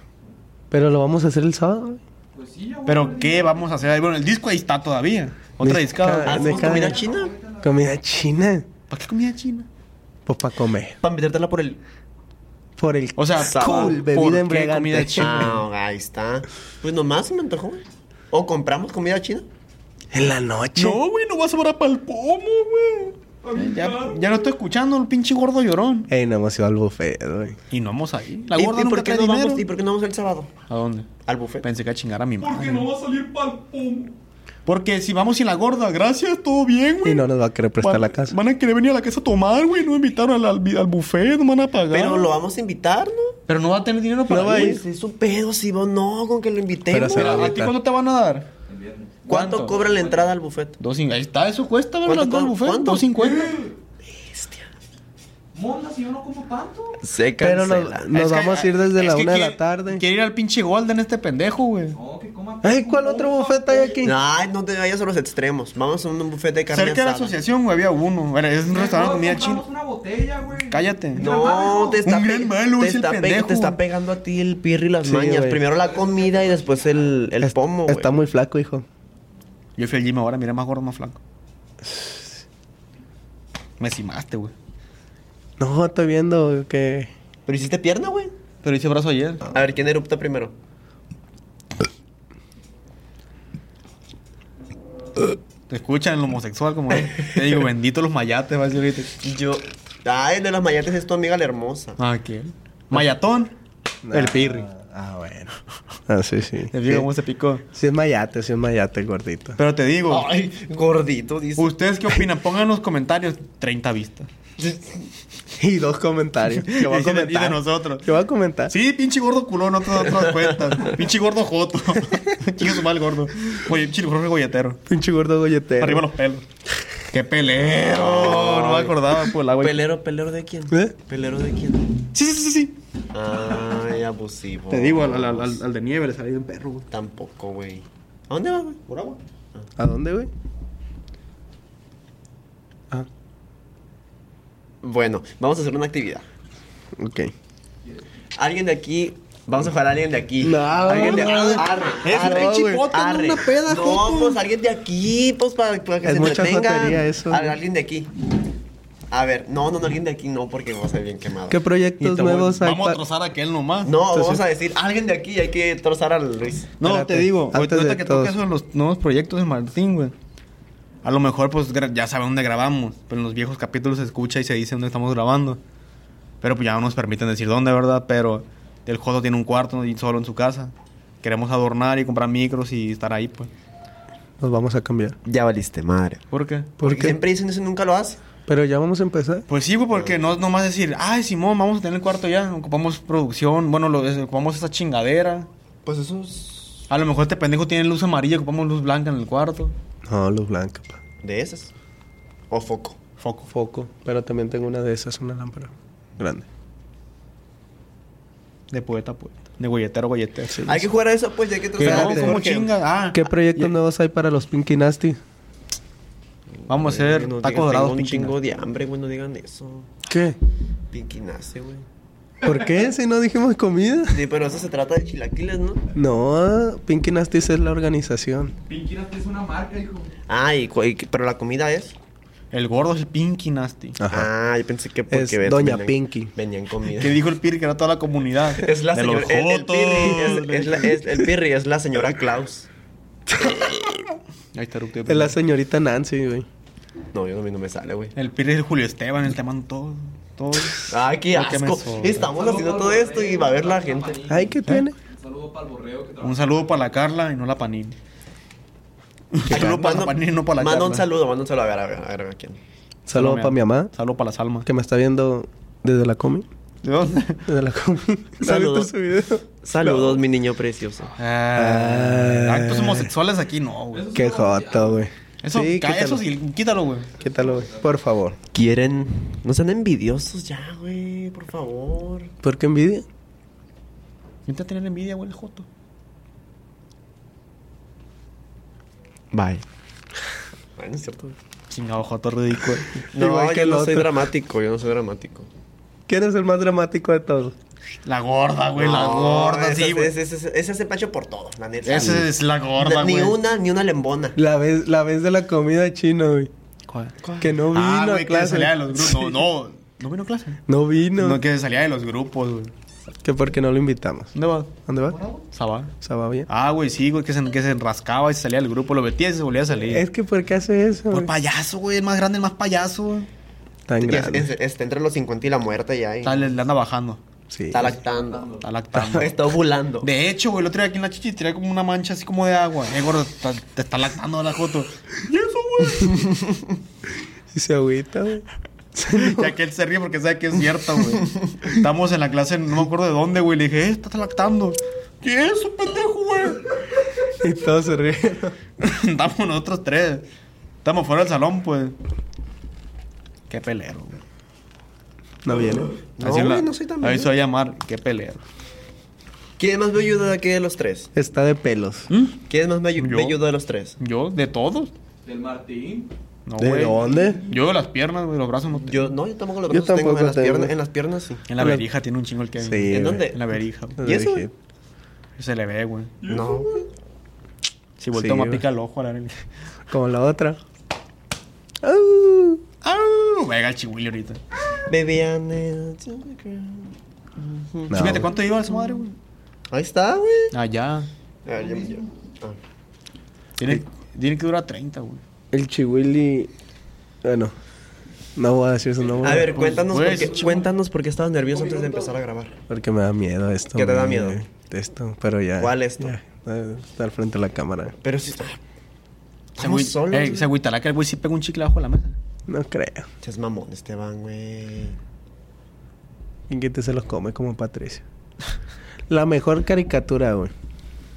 Speaker 3: Pero lo vamos a hacer el sábado, güey.
Speaker 7: Pues sí, yo.
Speaker 1: Pero ¿qué vamos a hacer ahí? Bueno, el disco ahí está todavía. Otra
Speaker 3: Disca-
Speaker 1: discada.
Speaker 3: Ah,
Speaker 1: güey.
Speaker 2: ¿Hacemos
Speaker 3: cae.
Speaker 2: comida china?
Speaker 3: Comida china.
Speaker 1: ¿Para qué comida china?
Speaker 3: Pues para comer.
Speaker 2: Para metértela por el.
Speaker 3: Por el.
Speaker 1: O sea,
Speaker 3: cool,
Speaker 1: ¿por
Speaker 3: bebida
Speaker 1: qué
Speaker 3: embriagante.
Speaker 1: comida china?
Speaker 2: Ah, ahí está. Pues nomás se me antojó. O compramos comida china.
Speaker 3: En la noche.
Speaker 1: No, güey, no vas a parar para el pomo, güey. Ya, ya no estoy escuchando el pinche gordo llorón.
Speaker 3: Ey, no hemos ido al buffet, güey.
Speaker 1: Y no vamos ahí. La
Speaker 2: ¿Y,
Speaker 1: gorda
Speaker 2: y
Speaker 1: nunca
Speaker 2: por qué
Speaker 1: trae
Speaker 2: no
Speaker 1: dinero.
Speaker 2: vamos, ¿Y por qué no vamos el sábado?
Speaker 1: ¿A dónde?
Speaker 2: Al buffet.
Speaker 1: Pensé que a chingar a mi madre.
Speaker 7: Porque no va a salir para el pomo.
Speaker 1: Porque si vamos sin la gorda, gracias, todo bien, güey.
Speaker 3: Y no nos va a querer prestar
Speaker 1: Van-
Speaker 3: la casa.
Speaker 1: Van a querer venir a la casa a tomar, güey. No invitaron al, al, al buffet, no van a pagar.
Speaker 2: Pero lo vamos a invitar, ¿no?
Speaker 1: Pero no va a tener dinero para
Speaker 5: No va a
Speaker 1: ir.
Speaker 5: ir.
Speaker 3: Es es un pedo, si vos no, con que lo invitemos.
Speaker 5: Pero se
Speaker 1: Mira,
Speaker 5: la
Speaker 1: ¿A ti
Speaker 5: neta.
Speaker 1: cuánto te van a dar?
Speaker 3: ¿Cuánto cobra la entrada al buffet?
Speaker 1: Dos cin- Ahí está, eso cuesta, ¿verdad?
Speaker 3: ¿Cuánto
Speaker 1: Las dos
Speaker 3: co-
Speaker 1: buffet,
Speaker 3: cuánto?
Speaker 1: 250.
Speaker 6: Monda, si yo no como tanto.
Speaker 3: Se
Speaker 5: Pero nos,
Speaker 3: cancela.
Speaker 5: nos
Speaker 1: Es que-
Speaker 5: vamos a ir desde
Speaker 1: es
Speaker 5: la
Speaker 1: que
Speaker 5: una de
Speaker 1: quiere-
Speaker 5: la tarde.
Speaker 1: Quiere ir al pinche Golden este pendejo, güey.
Speaker 6: No, que coma.
Speaker 5: Ay, ¿cuál otro bufete hay aquí?
Speaker 3: Ay, no te vayas a los extremos. Vamos a un buffet de carne
Speaker 1: Cerca de la
Speaker 3: asada.
Speaker 1: asociación, güey, había uno. Bueno, es un restaurante de comida china.
Speaker 6: una botella, güey.
Speaker 1: Cállate.
Speaker 3: No, te está,
Speaker 1: Un gran
Speaker 3: pe-
Speaker 1: malo
Speaker 3: te,
Speaker 1: es el
Speaker 3: está pe-
Speaker 1: pendejo.
Speaker 3: te está pegando a ti el pirri y las
Speaker 5: Sí,
Speaker 3: mañas.
Speaker 5: güey.
Speaker 3: Primero la comida y después el, el
Speaker 5: Es-
Speaker 3: pomo, güey.
Speaker 5: Está muy flaco, hijo.
Speaker 1: Yo fui al gym ahora, mira, más gordo, más flaco. Me cimaste, güey.
Speaker 5: No, estoy viendo que.
Speaker 3: ¿Pero hiciste pierna, güey?
Speaker 1: Pero hice brazo ayer.
Speaker 3: A ver, ¿quién erupta primero?
Speaker 1: Te escuchan el homosexual como él. Te digo, bendito los mayates, va a decir ahorita.
Speaker 3: Yo. Ay, el de las mayates es tu amiga la hermosa.
Speaker 1: Ah, ¿quién? Mayatón. El pirri.
Speaker 5: Ah, bueno. Ah, sí, sí.
Speaker 1: Te digo cómo
Speaker 5: Sí,
Speaker 1: se picó.
Speaker 5: sí es mayate, sí es mayate el gordito.
Speaker 1: Pero te digo,
Speaker 3: Ay, gordito, dice.
Speaker 1: ¿ustedes qué opinan? Pongan en los comentarios 30 vistas.
Speaker 5: Y dos comentarios. Que voy
Speaker 1: Y
Speaker 5: a
Speaker 1: de- y de
Speaker 5: comentar.
Speaker 1: nosotros.
Speaker 5: Que voy a comentar.
Speaker 1: Sí, pinche gordo culón, no te no te das cuenta. pinche gordo joto. Chinga su mal gordo. Oye, pinche gordo rebolletero.
Speaker 5: Pinche gordo golletero.
Speaker 1: Arriba los pelos. ¡Qué pelero! No me acordaba por pues, el agua.
Speaker 3: ¿Pelero, pelero de quién?
Speaker 5: ¿Eh?
Speaker 3: ¿Pelero de quién? Ah, pues
Speaker 1: Sí, sí, sí, sí.
Speaker 3: Ay, abusivo.
Speaker 5: Oh.
Speaker 1: Te digo, al, al- al- al de nieve le salió un perro, güey.
Speaker 3: Tampoco, güey. ¿A dónde vas, güey?
Speaker 1: Por agua.
Speaker 5: ¿A dónde, güey?
Speaker 3: Bueno, vamos a hacer una actividad.
Speaker 5: Ok.
Speaker 3: Alguien de aquí. Vamos a jugar a alguien de aquí.
Speaker 5: No,
Speaker 3: alguien de
Speaker 5: no,
Speaker 3: arre,
Speaker 5: no.
Speaker 3: arre,
Speaker 5: Es
Speaker 3: arre,
Speaker 5: pinche
Speaker 1: hipota, no
Speaker 3: arre.
Speaker 1: una peda,
Speaker 3: No,
Speaker 1: Joto.
Speaker 3: pues alguien de aquí, pues para, para que
Speaker 5: Es
Speaker 3: se
Speaker 5: mucha
Speaker 3: entretengan.
Speaker 5: jotería eso,
Speaker 3: A-
Speaker 5: güey.
Speaker 3: alguien de aquí. A ver, no, no, no, alguien de aquí no, porque vamos a ser bien quemado.
Speaker 5: ¿Qué
Speaker 1: Y
Speaker 5: proyectos
Speaker 1: te voy-
Speaker 5: nuevos hay?
Speaker 1: Vamos a
Speaker 5: pa-
Speaker 1: trozar a aquel nomás.
Speaker 3: No, vamos
Speaker 5: Entonces-
Speaker 3: a decir alguien de aquí y hay que trozar al Luis.
Speaker 1: No,
Speaker 5: Espérate,
Speaker 1: te digo, ahorita
Speaker 5: antes de
Speaker 1: que
Speaker 5: todos.
Speaker 1: toca eso de los nuevos proyectos de Martín, güey. A lo mejor, pues, gra- ya sabe dónde grabamos. Pero en los viejos capítulos se escucha y se dice dónde estamos grabando. Pero pues ya no nos permiten decir dónde, ¿verdad? Pero el Joto tiene un cuarto y solo en su casa. Queremos adornar y comprar micros y estar ahí, pues.
Speaker 5: Nos vamos a cambiar.
Speaker 3: Ya valiste, madre.
Speaker 1: ¿Por qué?
Speaker 5: ¿Por
Speaker 3: Porque
Speaker 5: qué?
Speaker 3: siempre dicen eso y nunca lo hace.
Speaker 5: Pero ya vamos a empezar.
Speaker 1: Pues sí, güey, porque no es nomás decir, ay, Simón, vamos a tener el cuarto ya. Ocupamos producción, bueno, lo, es- ocupamos esa chingadera.
Speaker 3: Pues eso es.
Speaker 1: A lo mejor este pendejo tiene luz amarilla, ocupamos luz blanca en el cuarto.
Speaker 5: No, luz blanca, pa.
Speaker 3: De esas. O foco.
Speaker 1: Foco.
Speaker 5: Foco. Pero también tengo una de esas, una lámpara. Grande.
Speaker 1: De poeta a poeta. De golletero a golletero.
Speaker 3: Hay que jugar a eso, pues, ya
Speaker 1: Que
Speaker 3: que trozar
Speaker 1: no,
Speaker 3: a
Speaker 5: Espérate.
Speaker 1: como
Speaker 3: porque-
Speaker 1: chinga. Ah,
Speaker 5: ¿Qué
Speaker 1: ah,
Speaker 5: proyectos
Speaker 1: ya-
Speaker 5: nuevos hay para los Pinky Nasty?
Speaker 1: Vamos a hacer
Speaker 3: No digan,
Speaker 1: tacos
Speaker 3: tengo
Speaker 1: dorados
Speaker 3: un
Speaker 1: pinche
Speaker 3: chingo de hambre, güey, no digan eso.
Speaker 5: ¿Qué?
Speaker 3: Piquinace, güey.
Speaker 5: ¿Por qué? Si no dijimos comida.
Speaker 3: Sí, pero eso se trata de chilaquiles, ¿no?
Speaker 5: No, Pinky Nasty es la organización.
Speaker 6: Pinky Nasty es una marca, hijo.
Speaker 3: Ah, y, cu- y- pero la comida es.
Speaker 1: El gordo es el Pinky Nasty.
Speaker 3: Ah, yo pensé que
Speaker 5: Es Doña
Speaker 3: venían-
Speaker 5: Pinky.
Speaker 3: Venían comida.
Speaker 1: Que dijo el Piri que era toda la comunidad.
Speaker 3: Es la
Speaker 1: de los
Speaker 3: señora. El, el
Speaker 1: jotos,
Speaker 3: pirri,
Speaker 1: de-
Speaker 3: es, es la- es- el pirri es la señora Klaus.
Speaker 1: Ahí está Rup, tío.
Speaker 5: Es la señorita Nancy, güey.
Speaker 3: No, yo a mí no me sale, güey.
Speaker 1: El Piri es el Julio Esteban, el te mando todo. todo.
Speaker 3: Ay, qué
Speaker 1: Ay, qué
Speaker 3: asco.
Speaker 1: meso.
Speaker 3: Estamos haciendo todo esto y va a ver la gente.
Speaker 5: Ay, ¿qué tiene?
Speaker 6: Saludo para el borreo que trabaja.
Speaker 1: Un saludo para la Carla y no la Panini. Un saludo para la
Speaker 3: Manda-
Speaker 1: Panini, no para la
Speaker 3: Manda
Speaker 1: Carla.
Speaker 3: un saludo, manda un saludo. A ver, a ver, a ver, a quién.
Speaker 5: Saludo
Speaker 1: Saludo
Speaker 5: para mi mamá,
Speaker 1: Saludo para las almas.
Speaker 5: que me está viendo desde la comi.
Speaker 1: ¿De dónde?
Speaker 5: Desde la comi. ¿No has
Speaker 3: Saludo.
Speaker 5: visto su video?
Speaker 3: Saludos, mi niño precioso.
Speaker 1: Ah, actos homosexuales aquí no, güey.
Speaker 6: Eso
Speaker 5: Qué
Speaker 6: es una
Speaker 5: joto, güey.
Speaker 1: Eso,
Speaker 5: sí,
Speaker 1: ca-
Speaker 5: quítalo.
Speaker 1: eso sí, quítalo, güey.
Speaker 5: Quítalo, güey. Por favor.
Speaker 3: Quieren. No sean envidiosos ya, güey. Por favor.
Speaker 5: ¿Por qué envidia?
Speaker 1: Intenta tener envidia, güey, el Joto.
Speaker 3: Bye. Bueno, es cierto.
Speaker 1: Chingado Joto ridículo.
Speaker 3: No,
Speaker 5: Igual que
Speaker 3: yo
Speaker 5: el
Speaker 3: no soy
Speaker 5: otro.
Speaker 3: dramático, yo no soy dramático.
Speaker 5: ¿Quién es el más dramático de todos?
Speaker 1: La gorda, güey, la gorda,
Speaker 3: ese,
Speaker 1: sí, güey.
Speaker 3: Ese, ese, ese hace pancho por todo, la neta.
Speaker 1: Esa es la gorda,
Speaker 3: Ni
Speaker 1: güey.
Speaker 3: una, ni una lembona.
Speaker 5: La vez, la vez de la comida chino, güey.
Speaker 1: ¿Cuál?
Speaker 5: Que no vino
Speaker 1: ah, güey,
Speaker 5: a
Speaker 1: que
Speaker 5: clase.
Speaker 1: salía de los grupos.
Speaker 5: Sí.
Speaker 1: No, no. ¿No vino a clase?
Speaker 5: No vino.
Speaker 1: No. que salía de los grupos, güey.
Speaker 5: Que porque no lo invitamos.
Speaker 1: ¿Dónde va?
Speaker 5: ¿Dónde va?
Speaker 1: Sabá.
Speaker 5: ¿Saba bien?
Speaker 1: Ah, güey, sí, güey, que se, que se rascaba y se salía del grupo. Lo metía y se volvía a salir.
Speaker 5: Es que ¿por qué hace eso?
Speaker 1: Por
Speaker 5: güey?
Speaker 1: payaso, güey. El más grande, el más payaso, güey.
Speaker 5: Tan
Speaker 3: Y es-
Speaker 5: grande.
Speaker 3: es- está entre los 50 y la muerte ya. ahí.
Speaker 1: Está- le, le anda bajando.
Speaker 5: Sí.
Speaker 3: Está lactando.
Speaker 1: Está lactando.
Speaker 3: Está ovulando.
Speaker 1: De hecho, güey, el otro día aquí en la chichi traía como una mancha así como de agua. Eh, gordo, está- te está lactando la Joto.
Speaker 5: Y se agüita, güey.
Speaker 1: Ya que él se ríe porque sabe que es cierto, güey. Estamos en la clase, no me acuerdo de dónde, güey. Le dije, eh, estás lactando. ¿Qué es eso, pendejo, güey?
Speaker 5: Y todos se ríen.
Speaker 1: Estamos nosotros tres. Estamos fuera del salón, pues. Qué pelero, güey.
Speaker 5: No viene.
Speaker 3: No,
Speaker 1: Así
Speaker 3: güey, no soy tan
Speaker 1: Ahí
Speaker 3: malo.
Speaker 1: se va a llamar, qué pelero.
Speaker 3: ¿Quién más me ayuda de aquí de los tres?
Speaker 5: Está de pelos.
Speaker 3: ¿Quién más me
Speaker 1: ¿Mm? Yo.
Speaker 3: ayuda de los tres?
Speaker 1: Yo, de todos.
Speaker 6: Del Martín.
Speaker 1: No,
Speaker 5: ¿De
Speaker 1: güey.
Speaker 5: dónde?
Speaker 1: Yo de las piernas, güey, los brazos no te-
Speaker 3: Yo, no, yo tampoco los
Speaker 5: Yo
Speaker 3: brazos tengo.
Speaker 5: tampoco
Speaker 3: En las,
Speaker 5: tengo.
Speaker 3: piernas, en las piernas sí.
Speaker 1: En la verija tiene un chingo el que
Speaker 5: Sí.
Speaker 3: ¿En
Speaker 5: güey.
Speaker 3: dónde?
Speaker 1: En la verija, güey.
Speaker 3: ¿Y eso?
Speaker 5: Dije,
Speaker 1: Se le ve, güey.
Speaker 3: No.
Speaker 1: Si volteo
Speaker 5: Sí,
Speaker 1: me
Speaker 5: güey.
Speaker 1: pica el ojo a la verga.
Speaker 5: Como la otra. Au.
Speaker 1: ¡Au! Venga el chihuile ahorita.
Speaker 3: Baby, I'm nailed to the ground.
Speaker 5: No,
Speaker 1: Fíjate,
Speaker 5: güey.
Speaker 1: ¿cuánto iba esa madre, güey?
Speaker 3: Ahí está, güey.
Speaker 1: Allá.
Speaker 3: Ah, ya- ya. Ah.
Speaker 1: Tiene, tiene que durar 30, güey.
Speaker 5: El chihuili. Bueno, no voy a decir su nombre.
Speaker 3: A ver, cuéntanos
Speaker 1: güey,
Speaker 3: por, qué,
Speaker 1: sí,
Speaker 3: cuéntanos por qué estabas nervioso antes de empezar a grabar.
Speaker 5: Porque me da miedo esto.
Speaker 3: ¿Qué te da
Speaker 5: güey,
Speaker 3: miedo?
Speaker 5: de esto, pero ya.
Speaker 3: ¿Cuál esto?
Speaker 5: ya, eh, estar frente a la cámara.
Speaker 3: Pero si.
Speaker 1: Se
Speaker 3: Estamos
Speaker 1: agüi-
Speaker 3: solos.
Speaker 1: Ey,
Speaker 3: güey.
Speaker 1: eh, se agüitará que el güey sí pega un chicle abajo de la mesa.
Speaker 5: No creo.
Speaker 3: Seas mamón, Esteban, güey.
Speaker 5: Y que te se los come como Patricio. La mejor caricatura, güey.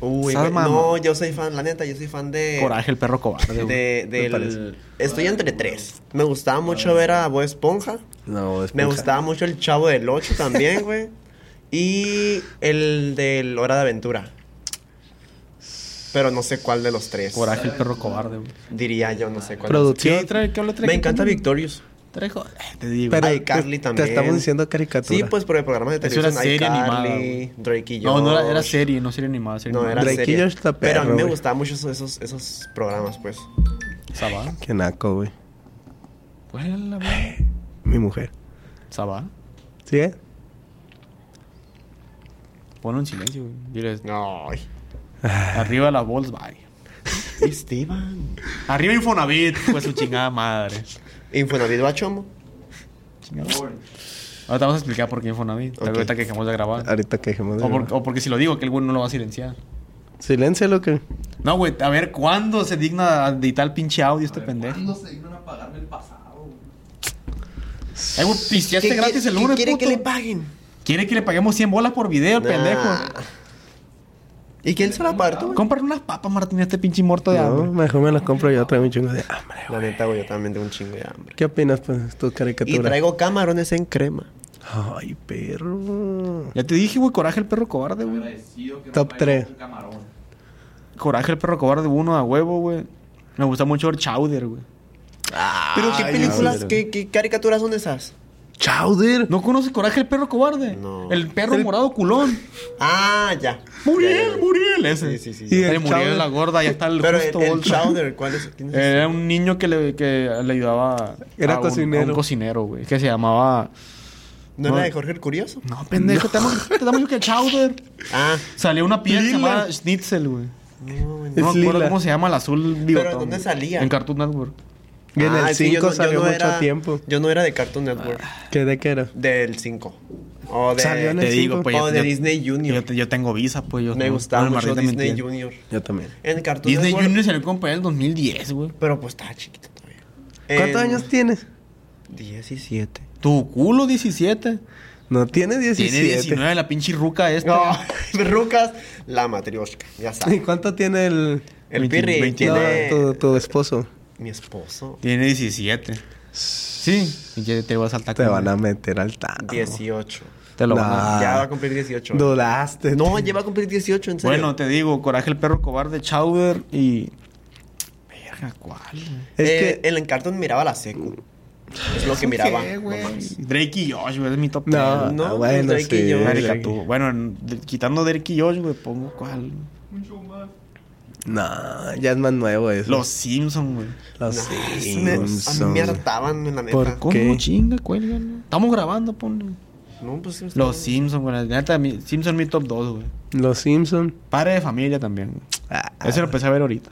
Speaker 3: Uy,
Speaker 1: Seas
Speaker 3: güey, no,
Speaker 1: mamón.
Speaker 3: yo soy fan, la neta, yo soy fan de.
Speaker 1: Coraje, el perro cobarde, güey.
Speaker 3: De, del-
Speaker 5: parece.
Speaker 3: estoy entre tres. Me gustaba mucho ver a Bob Esponja.
Speaker 5: No, es
Speaker 3: Me
Speaker 5: puta.
Speaker 3: gustaba mucho el Chavo del Ocho también, güey. Y el del Hora de Aventura. Pero no sé cuál de los tres.
Speaker 1: Coraje, el perro cobarde, güey.
Speaker 3: Diría yo, no sé cuál.
Speaker 5: Producción.
Speaker 1: ¿Qué trae? ¿Qué habla trae?
Speaker 3: Me encanta Victorious.
Speaker 1: Trejo. Te digo. Ah,
Speaker 5: Pero
Speaker 3: Ay,
Speaker 5: te-
Speaker 3: Carly
Speaker 5: te,
Speaker 3: también.
Speaker 5: estamos diciendo caricatura.
Speaker 3: Sí, pues por el programa de
Speaker 1: Eso era
Speaker 3: televisión. Ay,
Speaker 1: serie animada,
Speaker 3: Carly,
Speaker 1: güey.
Speaker 3: Drake y yo.
Speaker 1: no, no era, era serie, no serie animada. Serie
Speaker 3: No, era
Speaker 1: animada.
Speaker 5: Drake y
Speaker 3: serie.
Speaker 5: Josh está
Speaker 3: Pero a mí
Speaker 5: perro,
Speaker 3: me
Speaker 5: güey.
Speaker 3: gustaban mucho esos, esos, esos programas, pues.
Speaker 1: Sabá.
Speaker 5: Qué naco, güey.
Speaker 1: ¿Cuál era la güey?
Speaker 5: Mi mujer.
Speaker 1: Sabá.
Speaker 5: ¿Sí? eh?
Speaker 1: Ponlo en silencio, güey. Diles,
Speaker 3: No.
Speaker 1: arriba la Volkswagen.
Speaker 3: Esteban.
Speaker 1: Arriba Infonavit, pues su chingada madre.
Speaker 3: Infonavit Bachomo.
Speaker 1: Chingada. Ahora te vamos a explicar por qué Infonavit. Tal vez
Speaker 3: Ok. Ah,
Speaker 1: Ahorita que dejemos de grabar.
Speaker 5: Ahorita que dejemos de.
Speaker 1: O, por-
Speaker 5: grabar.
Speaker 1: o porque si lo digo, que el güey no lo va a silenciar.
Speaker 5: Silencio, lo que.
Speaker 1: No, güey, a ver, ¿cuándo se digna a editar el pinche audio este pendejo?
Speaker 6: ¿Cuándo se dignan a pagarme el pasado? güey?
Speaker 1: Ay, Eh, güey, pisteaste gratis el lunes,
Speaker 3: quiere
Speaker 1: puto.
Speaker 3: que le paguen?
Speaker 1: Quiere que le paguemos 100 bolas por video, el
Speaker 3: Nah. Ah,
Speaker 1: pendejo.
Speaker 3: ¿Y quién se la parto, güey?
Speaker 1: Comprar unas papas, Martín, a este pinche muerto de
Speaker 5: No,
Speaker 1: hambre.
Speaker 5: mejor me las compro yo. Traigo un chingo de hambre, güey.
Speaker 3: La neta, güey, yo también tengo un chingo de hambre.
Speaker 5: ¿Qué opinas, pues, tu caricatura?
Speaker 3: Y traigo camarones en crema.
Speaker 5: Ay, perro.
Speaker 1: Ya te dije, güey, coraje el perro cobarde, güey.
Speaker 6: Agradecido que no
Speaker 5: Top
Speaker 6: me
Speaker 5: tres.
Speaker 6: traigas un camarón.
Speaker 1: Coraje el perro cobarde uno a huevo, güey. Me gusta mucho ver Chowder, güey.
Speaker 3: Pero qué
Speaker 5: Ay,
Speaker 3: películas,
Speaker 5: no.
Speaker 3: qué, qué caricaturas son esas?
Speaker 5: Chowder.
Speaker 1: ¿No conoces Coraje el perro cobarde?
Speaker 3: No.
Speaker 1: El perro morado culón.
Speaker 3: Ah, ya. Ya, ya,
Speaker 1: Muriel,
Speaker 3: ya.
Speaker 1: Muriel, ese.
Speaker 3: Sí, sí, sí.
Speaker 5: Y
Speaker 3: ya.
Speaker 5: el
Speaker 1: Ahí Muriel
Speaker 5: Chowder.
Speaker 1: la gorda, ya está el
Speaker 3: Pero
Speaker 1: justo
Speaker 3: el, el
Speaker 1: bolso.
Speaker 3: chowder, ¿cuál es? ¿Quién es
Speaker 5: Eh,
Speaker 3: ese?
Speaker 1: Era un niño que le, que le ayudaba
Speaker 5: Era
Speaker 1: a un- a Un,
Speaker 5: cocinero.
Speaker 1: cocinero, güey. Que se llamaba.
Speaker 3: ¿No,
Speaker 1: no.
Speaker 3: era de Jorge el Curioso?
Speaker 1: No, pendejo, te damos te damos que Chowder.
Speaker 3: Ah,
Speaker 1: Salió una pieza que se
Speaker 5: Lila.
Speaker 1: llamaba Schnitzel, güey.
Speaker 3: no, güey.
Speaker 5: Es
Speaker 1: No me acuerdo
Speaker 5: lila.
Speaker 1: cómo se llama el azul bigotón.
Speaker 3: ¿dónde
Speaker 1: güey.
Speaker 3: salía?
Speaker 1: En Cartoon Network.
Speaker 5: Y en
Speaker 3: Ah,
Speaker 5: el
Speaker 3: es que yo
Speaker 5: 5
Speaker 3: no- yo
Speaker 5: salió
Speaker 3: no
Speaker 5: mucho
Speaker 3: era-
Speaker 5: tiempo.
Speaker 3: Yo no era de Cartoon Network.
Speaker 5: ¿Qué de qué era?
Speaker 3: Del 5. O de,
Speaker 5: Salió en el Te digo, cinco.
Speaker 1: pues, yo-
Speaker 3: o de
Speaker 1: yo-
Speaker 3: Disney Junior.
Speaker 1: Yo, te- yo tengo visa, pues. Yo
Speaker 3: Me
Speaker 1: no-
Speaker 3: gustaba
Speaker 1: no, el
Speaker 3: mucho
Speaker 1: Martín también
Speaker 3: Disney
Speaker 1: tiene.
Speaker 3: Junior.
Speaker 5: Yo también.
Speaker 3: En Cartoon
Speaker 1: Disney
Speaker 3: Network.
Speaker 1: Junior salió con en el 2010, güey.
Speaker 3: Pero pues estaba chiquito todavía.
Speaker 5: ¿Cuántos
Speaker 3: En
Speaker 5: años tienes?
Speaker 3: 17.
Speaker 1: Tu culo 17.
Speaker 5: No, tiene 17.
Speaker 1: Tiene 19 la pinche ruca esta.
Speaker 3: No, Rucas, la matrioshka, ya
Speaker 5: ¿Y
Speaker 3: sabes.
Speaker 5: cuánto tiene el.
Speaker 3: El
Speaker 1: 20,
Speaker 3: Pirri
Speaker 1: 20,
Speaker 3: tiene
Speaker 5: No, tu, tu esposo.
Speaker 3: mi esposo,
Speaker 1: Tiene 17. Sí. Y ya te voy a saltar.
Speaker 5: Te
Speaker 1: con-
Speaker 5: van a meter al tanto.
Speaker 3: 18.
Speaker 1: Te lo van a-
Speaker 5: Nah.
Speaker 3: Ya va a cumplir 18.
Speaker 5: Dudaste.
Speaker 3: No, ya va a cumplir 18, en serio.
Speaker 1: Bueno, te digo, Coraje el perro cobarde, Chowder y. Verga, ¿cuál?
Speaker 5: Es
Speaker 3: Eh,
Speaker 5: que.
Speaker 3: el Encartón miraba la secu. Es lo que miraba. no mames.
Speaker 1: Drake y Josh, güey, es mi top
Speaker 5: No,
Speaker 1: ten.
Speaker 3: no,
Speaker 5: ah, bueno,
Speaker 3: Drake y
Speaker 5: sí,
Speaker 3: yo.
Speaker 1: Marica,
Speaker 5: Drake.
Speaker 1: tú. Bueno, en- de- quitando Drake y Josh, güey, pongo cuál.
Speaker 6: Un show más.
Speaker 5: No, ya es más nuevo eso.
Speaker 1: Los Simpsons, güey.
Speaker 5: Los
Speaker 3: Me- a mí
Speaker 5: Simpsons.
Speaker 3: me hartaban, en la neta.
Speaker 1: ¿Por cómo
Speaker 5: qué?
Speaker 1: chinga, cuelgan? güey? Estamos grabando, ponle.
Speaker 3: No, pues, sí, está
Speaker 1: Los
Speaker 3: bien.
Speaker 1: Simpsons, güey. La neta, mi- Simpsons mi top 2, güey.
Speaker 5: Los Simpsons.
Speaker 1: Padre de familia también. güey.
Speaker 5: Ah,
Speaker 1: Ese lo empecé a ver ahorita.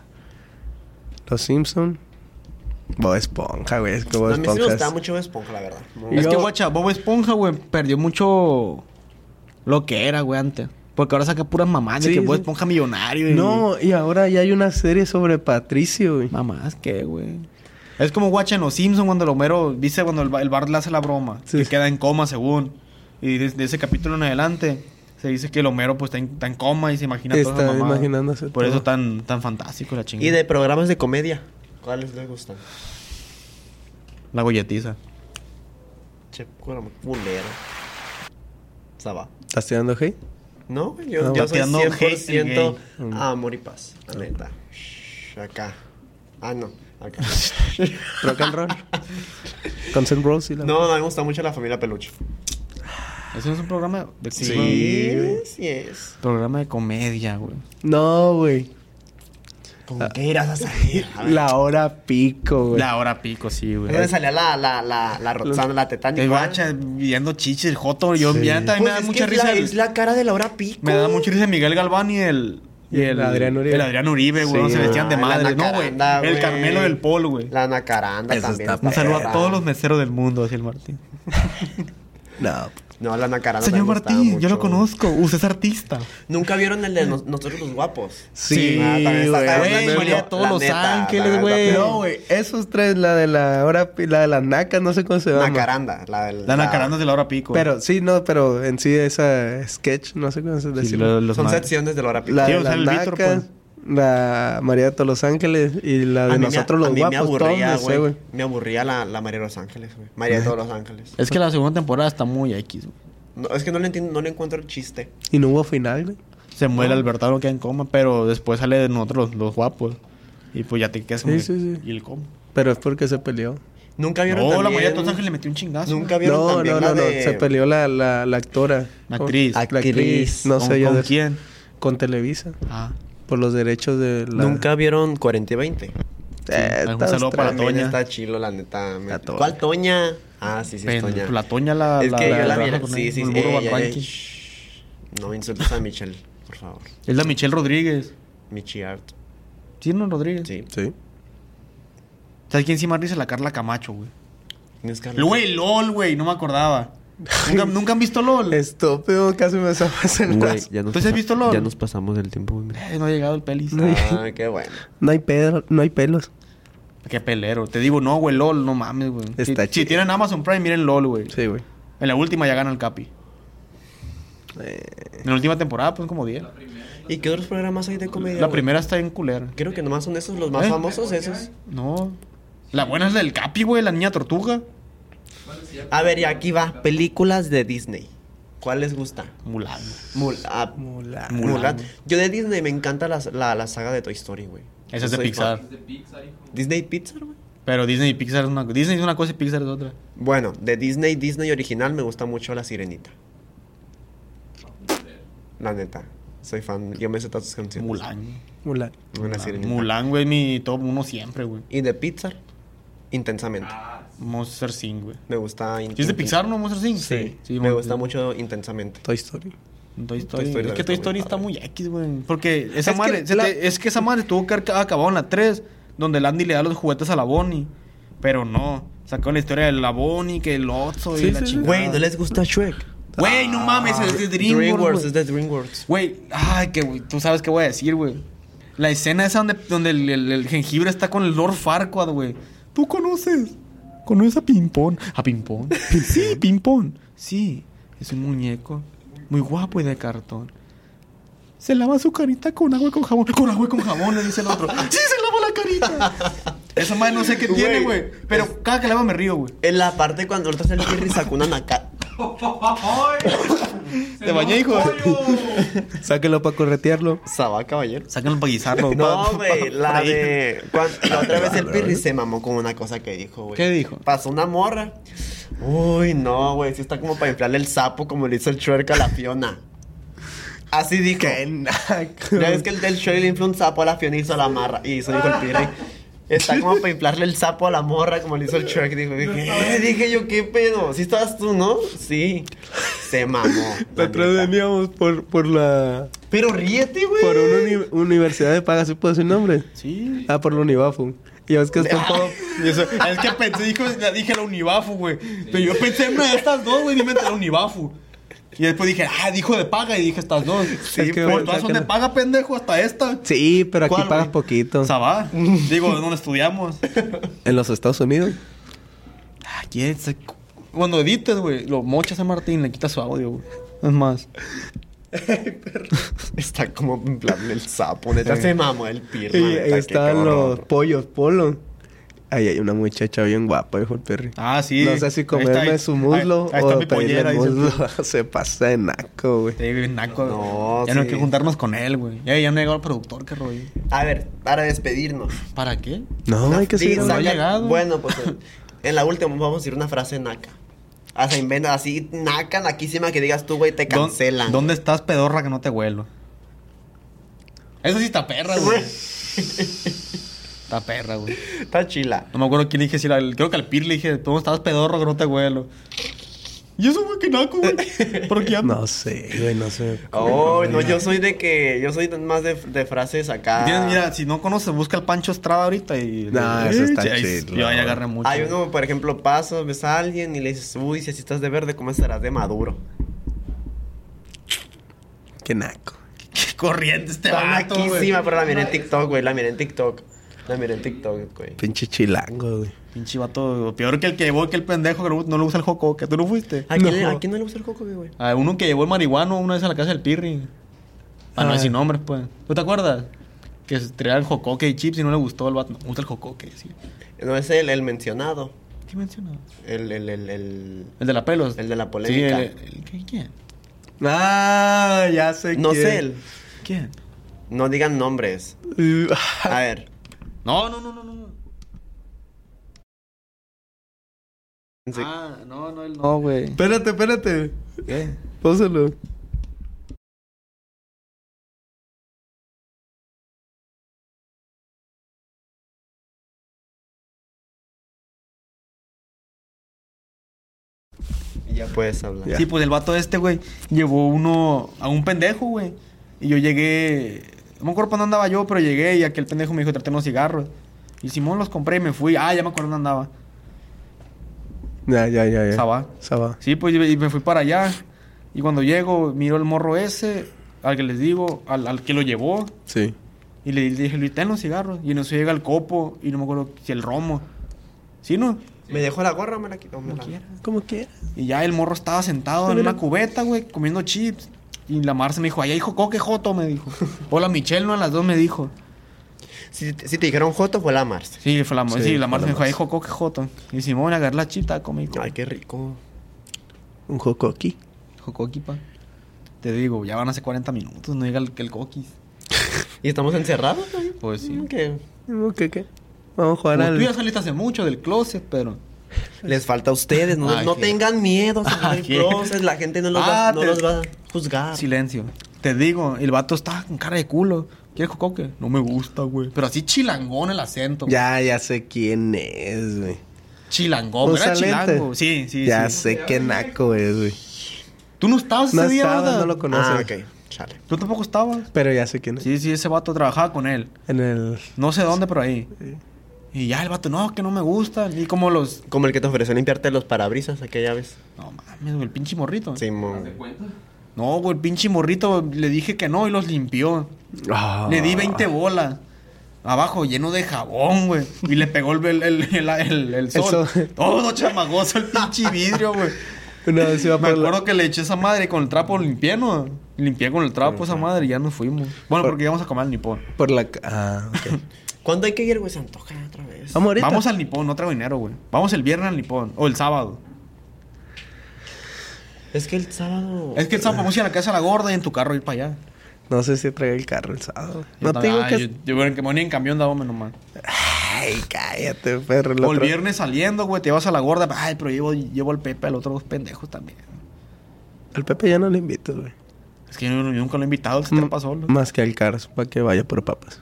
Speaker 5: Los Simpsons. Bob Esponja, güey. Es que Bob
Speaker 3: A mí sí me
Speaker 5: Esponja.
Speaker 3: gustaba
Speaker 5: es-
Speaker 3: mucho Esponja, la verdad. Muy-
Speaker 1: Es
Speaker 5: Yo-
Speaker 1: que, guacha, Bob Esponja, güey, perdió mucho lo que era, güey, antes. Porque ahora saca puras mamás de
Speaker 5: Sí,
Speaker 1: que Bob
Speaker 5: sí.
Speaker 1: Esponja millonario. y-
Speaker 5: No, y ahora ya hay una serie sobre Patricio, güey.
Speaker 1: Mamás, ¿qué, güey? Es como Watch en Los Simpsons cuando el Homero dice cuando el, Ba- el Bart le hace la broma.
Speaker 5: Sí.
Speaker 1: Que queda en coma, según. Y de, de ese capítulo en adelante se dice que el Homero pues está en, está en coma y se imagina toda
Speaker 5: Está
Speaker 1: esa mamada.
Speaker 5: imaginándose
Speaker 1: Por
Speaker 5: todo.
Speaker 1: eso tan, tan fantástico la chingada.
Speaker 3: Y de programas de comedia. ¿Cuáles les gustan?
Speaker 1: La golletiza.
Speaker 3: Che, programa culero. Saba.
Speaker 5: ¿Estás tirando hate? Mm.
Speaker 3: No, güey, yo,
Speaker 5: Ah,
Speaker 3: yo soy
Speaker 1: bateando hate
Speaker 3: 100%
Speaker 5: gay.
Speaker 3: amor y paz. La
Speaker 5: Mm.
Speaker 3: neta. Shh, acá. Ah, no. Acá.
Speaker 5: Rock and roll. Consent Rose y la...
Speaker 3: No, no, me gusta mucho la familia peluche.
Speaker 1: Eso no es un programa de
Speaker 3: Sí,
Speaker 1: güey.
Speaker 3: güey, sí es.
Speaker 1: Programa de comedia, güey.
Speaker 5: No, güey.
Speaker 3: ¿Con qué irás a salir? A ver.
Speaker 5: La hora pico, güey.
Speaker 1: La hora pico, sí,
Speaker 3: Es
Speaker 1: güey.
Speaker 3: donde salía la, la, la, la Roxana, la Titanic.
Speaker 1: El
Speaker 3: ¿verdad?
Speaker 1: guacha viendo chichis, el joto. Yo ya
Speaker 3: Pues
Speaker 1: también me da
Speaker 3: es
Speaker 1: mucha
Speaker 3: que es la-
Speaker 1: risa. el-
Speaker 3: es la cara de Laura Pico.
Speaker 1: Me da mucha risa Miguel Galván y el.
Speaker 5: Y el Adrián Uribe.
Speaker 1: El Adrián Uribe, güey.
Speaker 5: Sí,
Speaker 1: se vestían de
Speaker 3: Ah, la
Speaker 1: madre. No, güey.
Speaker 3: Nacaranda,
Speaker 1: El
Speaker 3: güey.
Speaker 1: Carmelo del Pol, güey.
Speaker 3: La Nacaranda también.
Speaker 1: Un
Speaker 3: está
Speaker 1: saludo a
Speaker 3: perra.
Speaker 1: todos los meseros del mundo, decía el Martín.
Speaker 5: No.
Speaker 3: No, la Nacaranda.
Speaker 1: Señor
Speaker 3: también gustaba
Speaker 1: Martín, yo lo
Speaker 3: mucho.
Speaker 1: conozco. Usted es artista.
Speaker 3: Nunca vieron el de nos- Nosotros los Guapos.
Speaker 5: Sí,
Speaker 3: Ah, también está- está
Speaker 5: güey.
Speaker 3: bien
Speaker 1: Güey,
Speaker 3: bueno.
Speaker 1: salía a todos
Speaker 3: La
Speaker 1: Los
Speaker 3: neta,
Speaker 1: Ángeles,
Speaker 3: la neta,
Speaker 1: güey.
Speaker 3: pero-
Speaker 5: No, güey. Esos tres, la de la hora... pi- La de la naca, no sé cómo se llama.
Speaker 3: Nacaranda. La, del-
Speaker 1: La Nacaranda es de la hora pico.
Speaker 5: Pero, sí, no, pero en sí esa sketch, no sé cómo se
Speaker 1: Sí,
Speaker 5: decirlo.
Speaker 1: lo- los
Speaker 3: Son
Speaker 1: ma-
Speaker 3: secciones de la hora pico.
Speaker 5: La
Speaker 1: Sí,
Speaker 5: de
Speaker 1: o sea,
Speaker 5: las
Speaker 1: el Víctor, pues.
Speaker 5: nacas, la María de todos los ángeles y la
Speaker 3: A
Speaker 5: de
Speaker 3: mí me-
Speaker 5: nosotros los
Speaker 3: a mí
Speaker 5: guapos.
Speaker 3: me aburría,
Speaker 5: todos,
Speaker 3: güey. Me aburría la, la María de los Ángeles, güey. María de todos los Ángeles.
Speaker 1: Es que la segunda temporada está muy X, güey.
Speaker 3: No, es que no le entiendo, no le encuentro el chiste.
Speaker 5: Y no hubo final, güey.
Speaker 1: Se muere Albertano, queda en coma, pero después sale de nosotros los, los guapos. Y pues ya te quedas
Speaker 5: Sí,
Speaker 1: como que,
Speaker 5: sí, sí.
Speaker 1: ¿Y el cómo?
Speaker 5: Pero es porque se peleó.
Speaker 3: Nunca vieron
Speaker 1: No, la
Speaker 3: también-
Speaker 1: María de Todos Ángeles le metió un chingazo.
Speaker 3: Nunca vieron
Speaker 5: No,
Speaker 3: también
Speaker 5: no,
Speaker 3: la
Speaker 5: no, no.
Speaker 3: de-
Speaker 5: Se peleó la, la, la actora.
Speaker 1: La
Speaker 5: Con-
Speaker 1: actriz.
Speaker 5: La actriz. No
Speaker 1: ¿Con-
Speaker 5: sé yo.
Speaker 1: ¿Con
Speaker 5: de-
Speaker 1: quién?
Speaker 5: Con Televisa.
Speaker 1: Ah.
Speaker 5: Por los derechos de la...
Speaker 3: Nunca vieron 40 y 20.
Speaker 5: Eh,
Speaker 1: algún
Speaker 5: estás
Speaker 1: saludo para
Speaker 5: tra-
Speaker 3: También
Speaker 1: Toña.
Speaker 3: está chilo, la neta. Me-
Speaker 5: La Toña.
Speaker 3: ¿Cuál Toña? Ah, sí, sí, es
Speaker 1: Pen-
Speaker 3: Toña.
Speaker 1: La Toña la...
Speaker 3: es que yo la
Speaker 1: trabaja
Speaker 3: mira.
Speaker 1: con
Speaker 3: Sí,
Speaker 1: el-
Speaker 3: sí,
Speaker 1: con
Speaker 3: sí.
Speaker 1: el burro
Speaker 3: ella, ella-
Speaker 1: Barranqui.
Speaker 3: shh. No insultes a Michelle, por favor.
Speaker 1: Es la Michelle Rodríguez.
Speaker 3: Michi Art.
Speaker 1: ¿Sí, no, Rodríguez?
Speaker 3: Sí.
Speaker 5: Sí.
Speaker 1: ¿Sabes quién sí más risa? La Carla Camacho, güey.
Speaker 3: ¿Quién es Carla?
Speaker 1: Güey, LOL, güey. No me acordaba. ¿Nunca, nunca han visto LOL?
Speaker 5: Eh. Estúpido, casi me zafas el
Speaker 3: Güey,
Speaker 5: brazo.
Speaker 3: ya nos
Speaker 1: ¿Tú sí has
Speaker 3: pasa-
Speaker 1: visto LOL?
Speaker 3: Ya nos pasamos del tiempo, güey. mira.
Speaker 1: Eh, no ha llegado el pelis.
Speaker 3: Ah, qué bueno.
Speaker 5: No hay, pedro, no hay pelos.
Speaker 1: Qué pelero. Te digo, no, güey, LOL. No mames, güey. Si-
Speaker 5: Está
Speaker 1: si,
Speaker 5: chido.
Speaker 1: tienen Amazon Prime, miren LOL, güey.
Speaker 5: Sí, güey.
Speaker 1: En la última ya gana el Capi.
Speaker 5: Eh.
Speaker 1: En la última temporada, pues como 10.
Speaker 3: ¿Y qué otros programas hay de comedia?
Speaker 1: La
Speaker 3: güey?
Speaker 1: primera está en culera.
Speaker 3: Creo que nomás son esos los más
Speaker 1: ¿Eh?
Speaker 3: famosos, esos.
Speaker 1: No. La buena es la del Capi, güey, la niña tortuga.
Speaker 3: A ver, y aquí va. Películas de Disney. ¿Cuál les gusta?
Speaker 1: Mulan.
Speaker 3: Mul ah,
Speaker 5: Mulan.
Speaker 3: Mulan. Yo de Disney me encanta la, la, la saga de Toy Story, güey.
Speaker 1: Esa
Speaker 3: Yo
Speaker 1: es de
Speaker 3: soy
Speaker 1: Pixar.
Speaker 3: fan. Disney Pixar, güey.
Speaker 1: Pero Disney y Pixar es una cosa. Disney es una cosa y Pixar es otra.
Speaker 3: Bueno, de Disney, Disney original me gusta mucho La Sirenita. La neta. Soy fan. Yo me sé todas sus canciones.
Speaker 1: Mulan.
Speaker 5: Mulan.
Speaker 3: La Sirenita.
Speaker 1: Mulan, güey, mi top uno siempre, güey.
Speaker 3: Y de Pixar, intensamente.
Speaker 1: Monster Sing, güey.
Speaker 3: Me gusta. in-
Speaker 1: ¿Sí es de Pixar, no? Monster Sing. Sí.
Speaker 3: Me gusta mucho intensamente.
Speaker 5: Toy Story.
Speaker 1: Toy Story.
Speaker 3: Toy Story
Speaker 1: es que
Speaker 3: también
Speaker 1: Toy
Speaker 3: está
Speaker 1: Story
Speaker 3: muy
Speaker 1: está
Speaker 3: padre.
Speaker 1: muy X, güey. Porque esa
Speaker 5: Es que
Speaker 1: madre. se
Speaker 5: la-
Speaker 1: te- es que esa madre tuvo que haber acabado en la 3, donde el Andy le da los juguetes a la Bonnie. Pero no. Sacó la historia de la Bonnie, que el Otso y
Speaker 5: Sí,
Speaker 1: la
Speaker 5: sí, sí.
Speaker 1: chingada.
Speaker 3: Güey, ¿no les gusta Shrek?
Speaker 1: Güey, no mames, es de DreamWorks.
Speaker 3: DreamWorks,
Speaker 1: güey.
Speaker 3: es de DreamWorks.
Speaker 1: Güey, ay, que güey, tú sabes qué voy a decir, güey. La escena esa donde, donde el, el- el jengibre está con el Lord Farquaad, güey. ¿Tú conoces? ¿Conoces a Pimpón? ¿A Pimpón? sí, Pimpón. Sí, es un muñeco muy guapo y de cartón. Se lava su carita con agua y con jabón. Con agua y con jabón, le dice el otro. sí, se lava la carita. Esa madre no sé qué tiene,
Speaker 3: Güey,
Speaker 1: güey. Pero cada que la hago me río, güey.
Speaker 3: En la parte cuando ahorita sale Kirri sacó una naca.
Speaker 1: Te bañé, hijo.
Speaker 5: Sáquelo para corretearlo.
Speaker 3: Sabá, caballero.
Speaker 1: Sácalo para guisarlo.
Speaker 3: No,
Speaker 1: pa-
Speaker 3: güey,
Speaker 1: pa-
Speaker 3: la
Speaker 1: para-
Speaker 3: de. cuan- la otra vez el Pirri se mamó con una cosa que dijo, güey.
Speaker 1: ¿Qué dijo?
Speaker 3: Pasó una morra. Uy, no, güey, sí está como para inflarle el sapo como le hizo el chuerca a la Fiona. Así dijo. Ya ves que el del Shirley le infló un sapo a la Fiona y hizo la marra. Y eso dijo el Pirri. Está como para inflarle el sapo a la morra como le hizo el Shrek. Dijo, dije, "Eh", dije yo, ¿qué pedo? ¿Sí estabas tú, no? Sí. Se mamó. la
Speaker 5: Nosotros
Speaker 3: neta.
Speaker 5: veníamos por, por la...
Speaker 3: Pero ríete, güey.
Speaker 5: Por una uni- universidad de paga, ¿sí puedo decir nombre?
Speaker 1: Sí.
Speaker 5: Ah, por la Unibafu. Y es que está un poco...
Speaker 1: Y eso, es que pensé, dijo, dije la Unibafu, güey. Pero yo pensé en una de estas dos, güey, dime la Unibafu. Y después dije, ah, dijo de paga. Y dije, estas dos.
Speaker 5: Es
Speaker 1: Sí,
Speaker 5: que, güey,
Speaker 1: pues todas son de
Speaker 5: sácala.
Speaker 1: paga, pendejo, hasta esta.
Speaker 5: Sí, pero aquí
Speaker 1: ¿Cuál,
Speaker 5: pagas
Speaker 1: güey?
Speaker 5: poquito.
Speaker 1: Sabá. Digo, ¿dónde estudiamos?
Speaker 5: En los Estados Unidos.
Speaker 1: Ah, ¿quién se- Cuando edites, güey, lo mochas a Martín, le quitas su audio, güey. Es más.
Speaker 3: Está como en plan el sapo. Neta se mamó el pirro.
Speaker 5: Y ahí están los pollos, polo. Ahí hay una muchacha bien guapa, dijo el perri.
Speaker 1: Ah, sí.
Speaker 5: No sé si
Speaker 1: Ahí
Speaker 5: comerme
Speaker 1: está, ahí-
Speaker 5: su muslo
Speaker 1: ahí- ahí está
Speaker 5: o
Speaker 1: mi
Speaker 5: pedirle
Speaker 1: pollera,
Speaker 5: el
Speaker 1: dice el
Speaker 5: muslo. Se pasa de naco, güey.
Speaker 1: Sí, güey, naco,
Speaker 3: No,
Speaker 1: güey. Ya no hay
Speaker 3: sí.
Speaker 1: que juntarnos con él, güey. Ya, ya no llegó el productor, qué rollo.
Speaker 3: A ver, para despedirnos.
Speaker 1: ¿Para qué?
Speaker 5: No, hay que
Speaker 3: Sí,
Speaker 5: seguir
Speaker 3: saca-
Speaker 1: ha llegado.
Speaker 3: Bueno, pues en, en la última vamos a decir una frase naca. Hasta inventa así, naca, naquísima que digas tú, güey, te
Speaker 1: ¿Dó-
Speaker 3: cancelan.
Speaker 1: ¿Dónde estás, pedorra, que no te huelo? Esa sí está perra, güey. está perra, güey.
Speaker 3: Está chila.
Speaker 1: No me acuerdo quién le dije, si era el- creo que al Pir le dije, ¿dónde estás, pedorro, que no te huelo? Y eso, güey, que naco, güey. ¿Por qué
Speaker 5: No sé, güey, no sé.
Speaker 3: Oh, no, yo soy de que. Yo soy más de, de frases acá.
Speaker 1: Tienes- mira, si no conoces, busca el Pancho Estrada ahorita y...
Speaker 5: Nah, eso está
Speaker 1: Sí, ahí-
Speaker 5: chido,
Speaker 1: Yo ahí
Speaker 5: güey.
Speaker 1: agarré mucho.
Speaker 3: Hay uno, por ejemplo, pasas, ves a alguien y le dices, uy, si así estás de verde, ¿cómo estarás de maduro?
Speaker 5: Qué naco.
Speaker 1: Qué corriente este
Speaker 3: Está
Speaker 1: vato, güey.
Speaker 3: naquísima, pero la miré en TikTok, güey. La miré en TikTok. La miré en TikTok, güey.
Speaker 5: Pinche chilango, güey.
Speaker 1: Pinche vato, güey. peor que el que llevó, que el pendejo que no, no le gusta el joco, que tú no fuiste.
Speaker 3: ¿A quién, le- a quién no le gusta el coco, güey?
Speaker 1: A uno que llevó el marihuano una vez a la casa del Pirri. Ah, no,
Speaker 5: Ah.
Speaker 1: es sin nombre, pues. ¿Tú te acuerdas? Que se traía el jocoque y chips y no le gustó el vato. No, me gusta el jocoque, sí.
Speaker 3: No es el, el mencionado.
Speaker 1: ¿Qué mencionaba?
Speaker 3: El, el, el, el...
Speaker 1: El de la pelos.
Speaker 3: El de la
Speaker 1: Sí,
Speaker 3: polémica.
Speaker 1: el- el- ¿quién? ¿Quién?
Speaker 5: Ah, ya sé
Speaker 3: No
Speaker 5: quién.
Speaker 3: sé, el...
Speaker 1: ¿Quién?
Speaker 3: No digan nombres.
Speaker 5: Uh,
Speaker 3: A ver.
Speaker 1: No, no, no, no, no.
Speaker 3: Sí.
Speaker 1: Ah, no, no, él no, güey.
Speaker 5: Espérate, espérate. Póselo.
Speaker 3: Ya puedes hablar.
Speaker 1: Sí, pues el vato este, güey, llevó uno a un pendejo, güey. Y yo llegué, no me acuerdo cuándo andaba yo, pero llegué y aquel pendejo me dijo, tráete unos cigarros. Y Simón los compré y me fui. Ah, ya me acuerdo dónde andaba.
Speaker 5: Ya, ya, ya, ya.
Speaker 1: Sabá.
Speaker 5: Sabá.
Speaker 1: Sí, pues y me fui para allá. Y cuando llego, miro el morro ese, al que les digo, al, al que lo llevó.
Speaker 5: Sí.
Speaker 1: Y le dije, Luis, ten los cigarros. Y en eso llega el copo y no me acuerdo si el romo. ¿Sí, no?
Speaker 3: ¿Me dejó la gorra o me la quitó? Me la-
Speaker 5: Como quieras.
Speaker 1: Y ya el morro estaba sentado en una cubeta, güey, comiendo chips. Y la Marce me dijo, ay, hijo, coque joto, me dijo. Hola, Michelle, no, a las dos me dijo.
Speaker 3: Si, si te dijeron Joto, fue la Mars.
Speaker 1: Sí, fue la, Mar-
Speaker 5: Sí,
Speaker 1: sí, la
Speaker 5: fue la
Speaker 1: Marce me dijo,
Speaker 5: Marce.
Speaker 1: ay, hijo, coque joto. Y Simón, agarré la chita, comí.
Speaker 3: Ay, qué rico.
Speaker 5: Un joco aquí.
Speaker 1: Dijo, coqui, pa. Te digo, ya van hace 40 minutos, no llega el, el coquis.
Speaker 3: ¿Y estamos encerrados? güey?
Speaker 1: Pues sí.
Speaker 3: Mm, que
Speaker 5: ¿Qué, qué? Vamos a jugar
Speaker 1: Como tú ya
Speaker 5: al...
Speaker 1: saliste hace mucho del closet, pero...
Speaker 3: Les falta a ustedes. No,
Speaker 1: Ay,
Speaker 3: no
Speaker 1: qué-
Speaker 3: tengan miedo. señor
Speaker 1: Ay, qué-
Speaker 3: Closes, La gente no los, va,
Speaker 1: Ah,
Speaker 3: no
Speaker 1: te-
Speaker 3: los va a juzgar.
Speaker 1: Silencio. Te digo, el vato estaba con cara de culo. ¿Quieres cocoque? No me gusta, güey. Pero así chilangón el acento. güey.
Speaker 5: Ya, ya sé quién es, güey.
Speaker 1: Chilangón,
Speaker 5: Usa
Speaker 1: era
Speaker 5: lente.
Speaker 1: chilango. Sí, sí,
Speaker 5: ya
Speaker 1: sí.
Speaker 5: sé qué naco es, güey.
Speaker 1: Tú no estabas
Speaker 5: No
Speaker 1: ese día,
Speaker 5: estaba,
Speaker 1: ¿verdad?
Speaker 5: no lo conoces.
Speaker 3: ah, ok. Chale.
Speaker 1: Tú tampoco estabas.
Speaker 5: Pero ya sé quién es.
Speaker 1: Sí, sí, ese vato trabajaba con él.
Speaker 5: En el...
Speaker 1: No sé dónde, pero ahí. Y ya el vato, no, que no me gusta. Y como los.
Speaker 3: Como el que te ofreció limpiarte los parabrisas aquella vez.
Speaker 1: No mames, güey, el pinche morrito.
Speaker 3: Simón.
Speaker 1: No, güey, el pinche morrito le dije que no y los limpió.
Speaker 5: Ah.
Speaker 1: Le di 20 bolas. Abajo, lleno de jabón, güey. Y le pegó el, el, el, el- el- el sol.
Speaker 5: sol.
Speaker 1: Todo chamagoso el pinche vidrio, güey.
Speaker 5: Una vez iba
Speaker 1: Me
Speaker 5: por la-
Speaker 1: acuerdo que le eché esa madre y con el trapo limpié, ¿no? Limpié con el trapo esa madre y ya nos fuimos. Bueno, porque íbamos a comer al nipón.
Speaker 5: Por la... ca- Ah, ok.
Speaker 3: ¿Cuándo hay que ir, güey? Se antoja otra vez.
Speaker 5: Vamos ahorita.
Speaker 1: Vamos al nipón, no traigo dinero, güey. Vamos el viernes al nipón. O el sábado.
Speaker 3: Es que el sábado.
Speaker 1: Es que el sábado vamos a ir a la casa de la gorda y en tu carro ir para allá.
Speaker 5: No sé si traigo el carro el sábado.
Speaker 1: Yo
Speaker 5: No
Speaker 1: tam-
Speaker 5: te digo
Speaker 1: ah,
Speaker 5: que...
Speaker 1: Yo, yo bueno, que me voy en camión, dábame nomás.
Speaker 5: Ay, cállate, perro. el
Speaker 1: O el
Speaker 5: otro-
Speaker 1: viernes saliendo, güey, te vas a la gorda. Ay, pero llevo, llevo al Pepe, al otro dos pendejos también.
Speaker 5: Al Pepe ya no le invito, güey.
Speaker 1: Es que yo, no- yo nunca lo he invitado, se trepa solo.
Speaker 5: Más que al Cars, para que vaya por papas.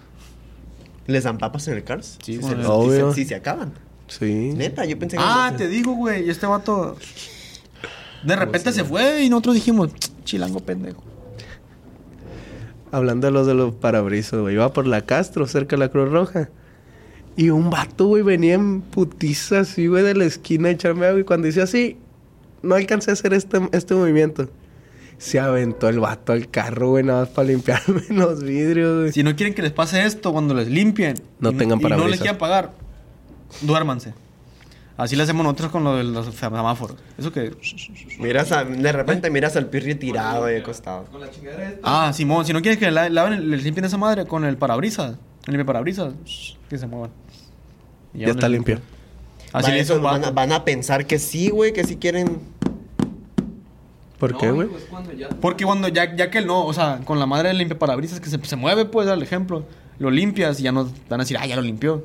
Speaker 3: ¿Les dan papas en el Cars? Sí, se,
Speaker 5: obvio.
Speaker 3: sí, se- sí se acaban.
Speaker 5: Sí.
Speaker 3: Neta, yo pensé que.
Speaker 1: Ah, te digo, güey, y este vato. De repente se fue y nosotros dijimos, chilango pendejo.
Speaker 5: Hablando de los de los parabrisas, güey. Iba por la Castro, cerca de la Cruz Roja. Y un vato, güey, venía en putiza así, güey, de la esquina a echarme agua. Y cuando hice así, no alcancé a hacer este, este movimiento. Se aventó el vato al carro, güey, nada más para limpiarme los vidrios, güey.
Speaker 1: Si no quieren que les pase esto cuando les limpien,
Speaker 5: No
Speaker 1: y
Speaker 5: tengan
Speaker 1: y no
Speaker 5: parabrisas.
Speaker 1: les quieran pagar, duérmanse. Así lo hacemos nosotros con lo de los semáforos. Eso que.
Speaker 3: Miras a- de repente miras al pirri tirado ahí acostado.
Speaker 6: Con la chingadera esta.
Speaker 1: Ah, Simón, si no quieres que la- laven, el- les limpien esa madre con el parabrisas, el limpia parabrisas, que se muevan. Y
Speaker 5: Ya está
Speaker 1: les
Speaker 5: limpio.
Speaker 1: Así
Speaker 3: Va-
Speaker 1: le hizo
Speaker 3: eso,
Speaker 1: un
Speaker 3: van, a,
Speaker 1: vato.
Speaker 3: van a pensar que sí, güey, que sí quieren.
Speaker 5: ¿Por
Speaker 6: No,
Speaker 5: qué, güey?
Speaker 6: hijo, es cuando ya-
Speaker 1: Porque cuando ya, ya que él no, o sea, con la madre del limpia parabrisas que se, se mueve, pues, al ejemplo, lo limpias y ya no te van a decir, ah, ya lo limpió.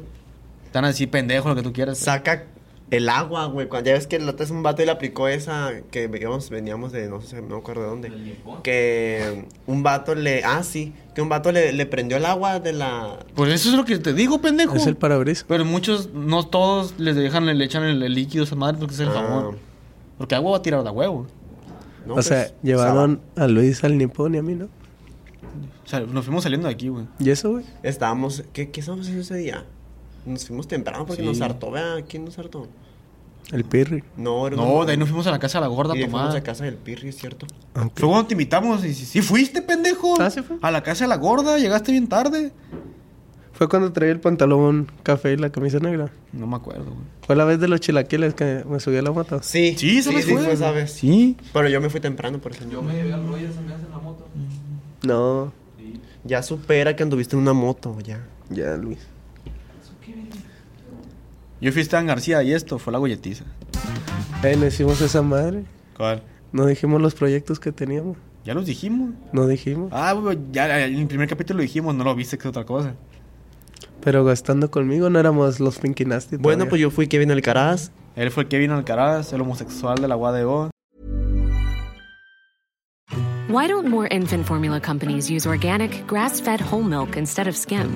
Speaker 1: Te van a decir, pendejo, lo que tú quieras.
Speaker 3: Saca el agua, güey. Cuando ya ves que el otro es un vato y le aplicó esa que veníamos, veníamos de no sé, no me acuerdo de dónde. Que un vato le. Ah, sí. Que un vato le, le prendió el agua de la.
Speaker 1: Pues eso es lo que te digo, pendejo.
Speaker 5: Es el parabrisas.
Speaker 1: Pero muchos, no todos les dejan, le echan el, el líquido a esa madre porque es el
Speaker 3: Ah.
Speaker 1: jabón. Porque agua va a tirar de huevo.
Speaker 3: no,
Speaker 5: o
Speaker 3: pues,
Speaker 5: sea, llevaron a Luis al nipón y a mí, ¿no?
Speaker 1: O sea, nos fuimos saliendo de aquí, güey.
Speaker 5: ¿Y eso, güey?
Speaker 3: Estábamos. ¿Qué, qué estábamos haciendo ese día? Nos fuimos temprano porque
Speaker 1: Sí.
Speaker 3: nos hartó, vea. ¿Quién nos hartó?
Speaker 5: El pirri.
Speaker 3: Pues No, era
Speaker 1: No, de ahí nos fuimos a la casa de la gorda a
Speaker 3: Y de ahí fuimos a
Speaker 1: tomar.
Speaker 3: casa del Pirri, es cierto.
Speaker 1: Fue cuando te invitamos y si fuiste, pendejo.
Speaker 5: Ah, sí fue.
Speaker 1: A la casa de la gorda, llegaste bien tarde.
Speaker 5: Fue cuando traía el pantalón café y la camisa negra.
Speaker 1: No me acuerdo, güey.
Speaker 5: Fue la vez de los chilaquiles que me subí a la moto.
Speaker 3: Sí,
Speaker 1: Sí, se
Speaker 3: sí,
Speaker 1: me
Speaker 3: sí,
Speaker 1: fue.
Speaker 3: fue esa vez.
Speaker 1: Sí.
Speaker 3: Pero yo me fui temprano, por eso.
Speaker 6: Yo me llevé al Roger, se me hace en la moto.
Speaker 5: No,
Speaker 3: Ya supera que anduviste en una moto, ya.
Speaker 5: ya, Luis.
Speaker 1: Yo fui a Esteban García y esto fue la golletiza.
Speaker 5: Eh, no hicimos esa madre.
Speaker 1: ¿Cuál?
Speaker 5: No dijimos los proyectos que teníamos.
Speaker 1: Ya los dijimos.
Speaker 5: No dijimos.
Speaker 1: Ah, güey, ya ya, en el primer capítulo lo dijimos, no lo viste, que es otra cosa.
Speaker 5: Pero gastando conmigo no éramos los Pinky Nasty.
Speaker 3: Bueno, pues yo fui Kevin Alcaraz.
Speaker 1: Él fue el Kevin Alcaraz, el homosexual de la UADO.
Speaker 8: Why don't more infant formula companies use organic, grass fed whole milk instead of skim?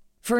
Speaker 2: For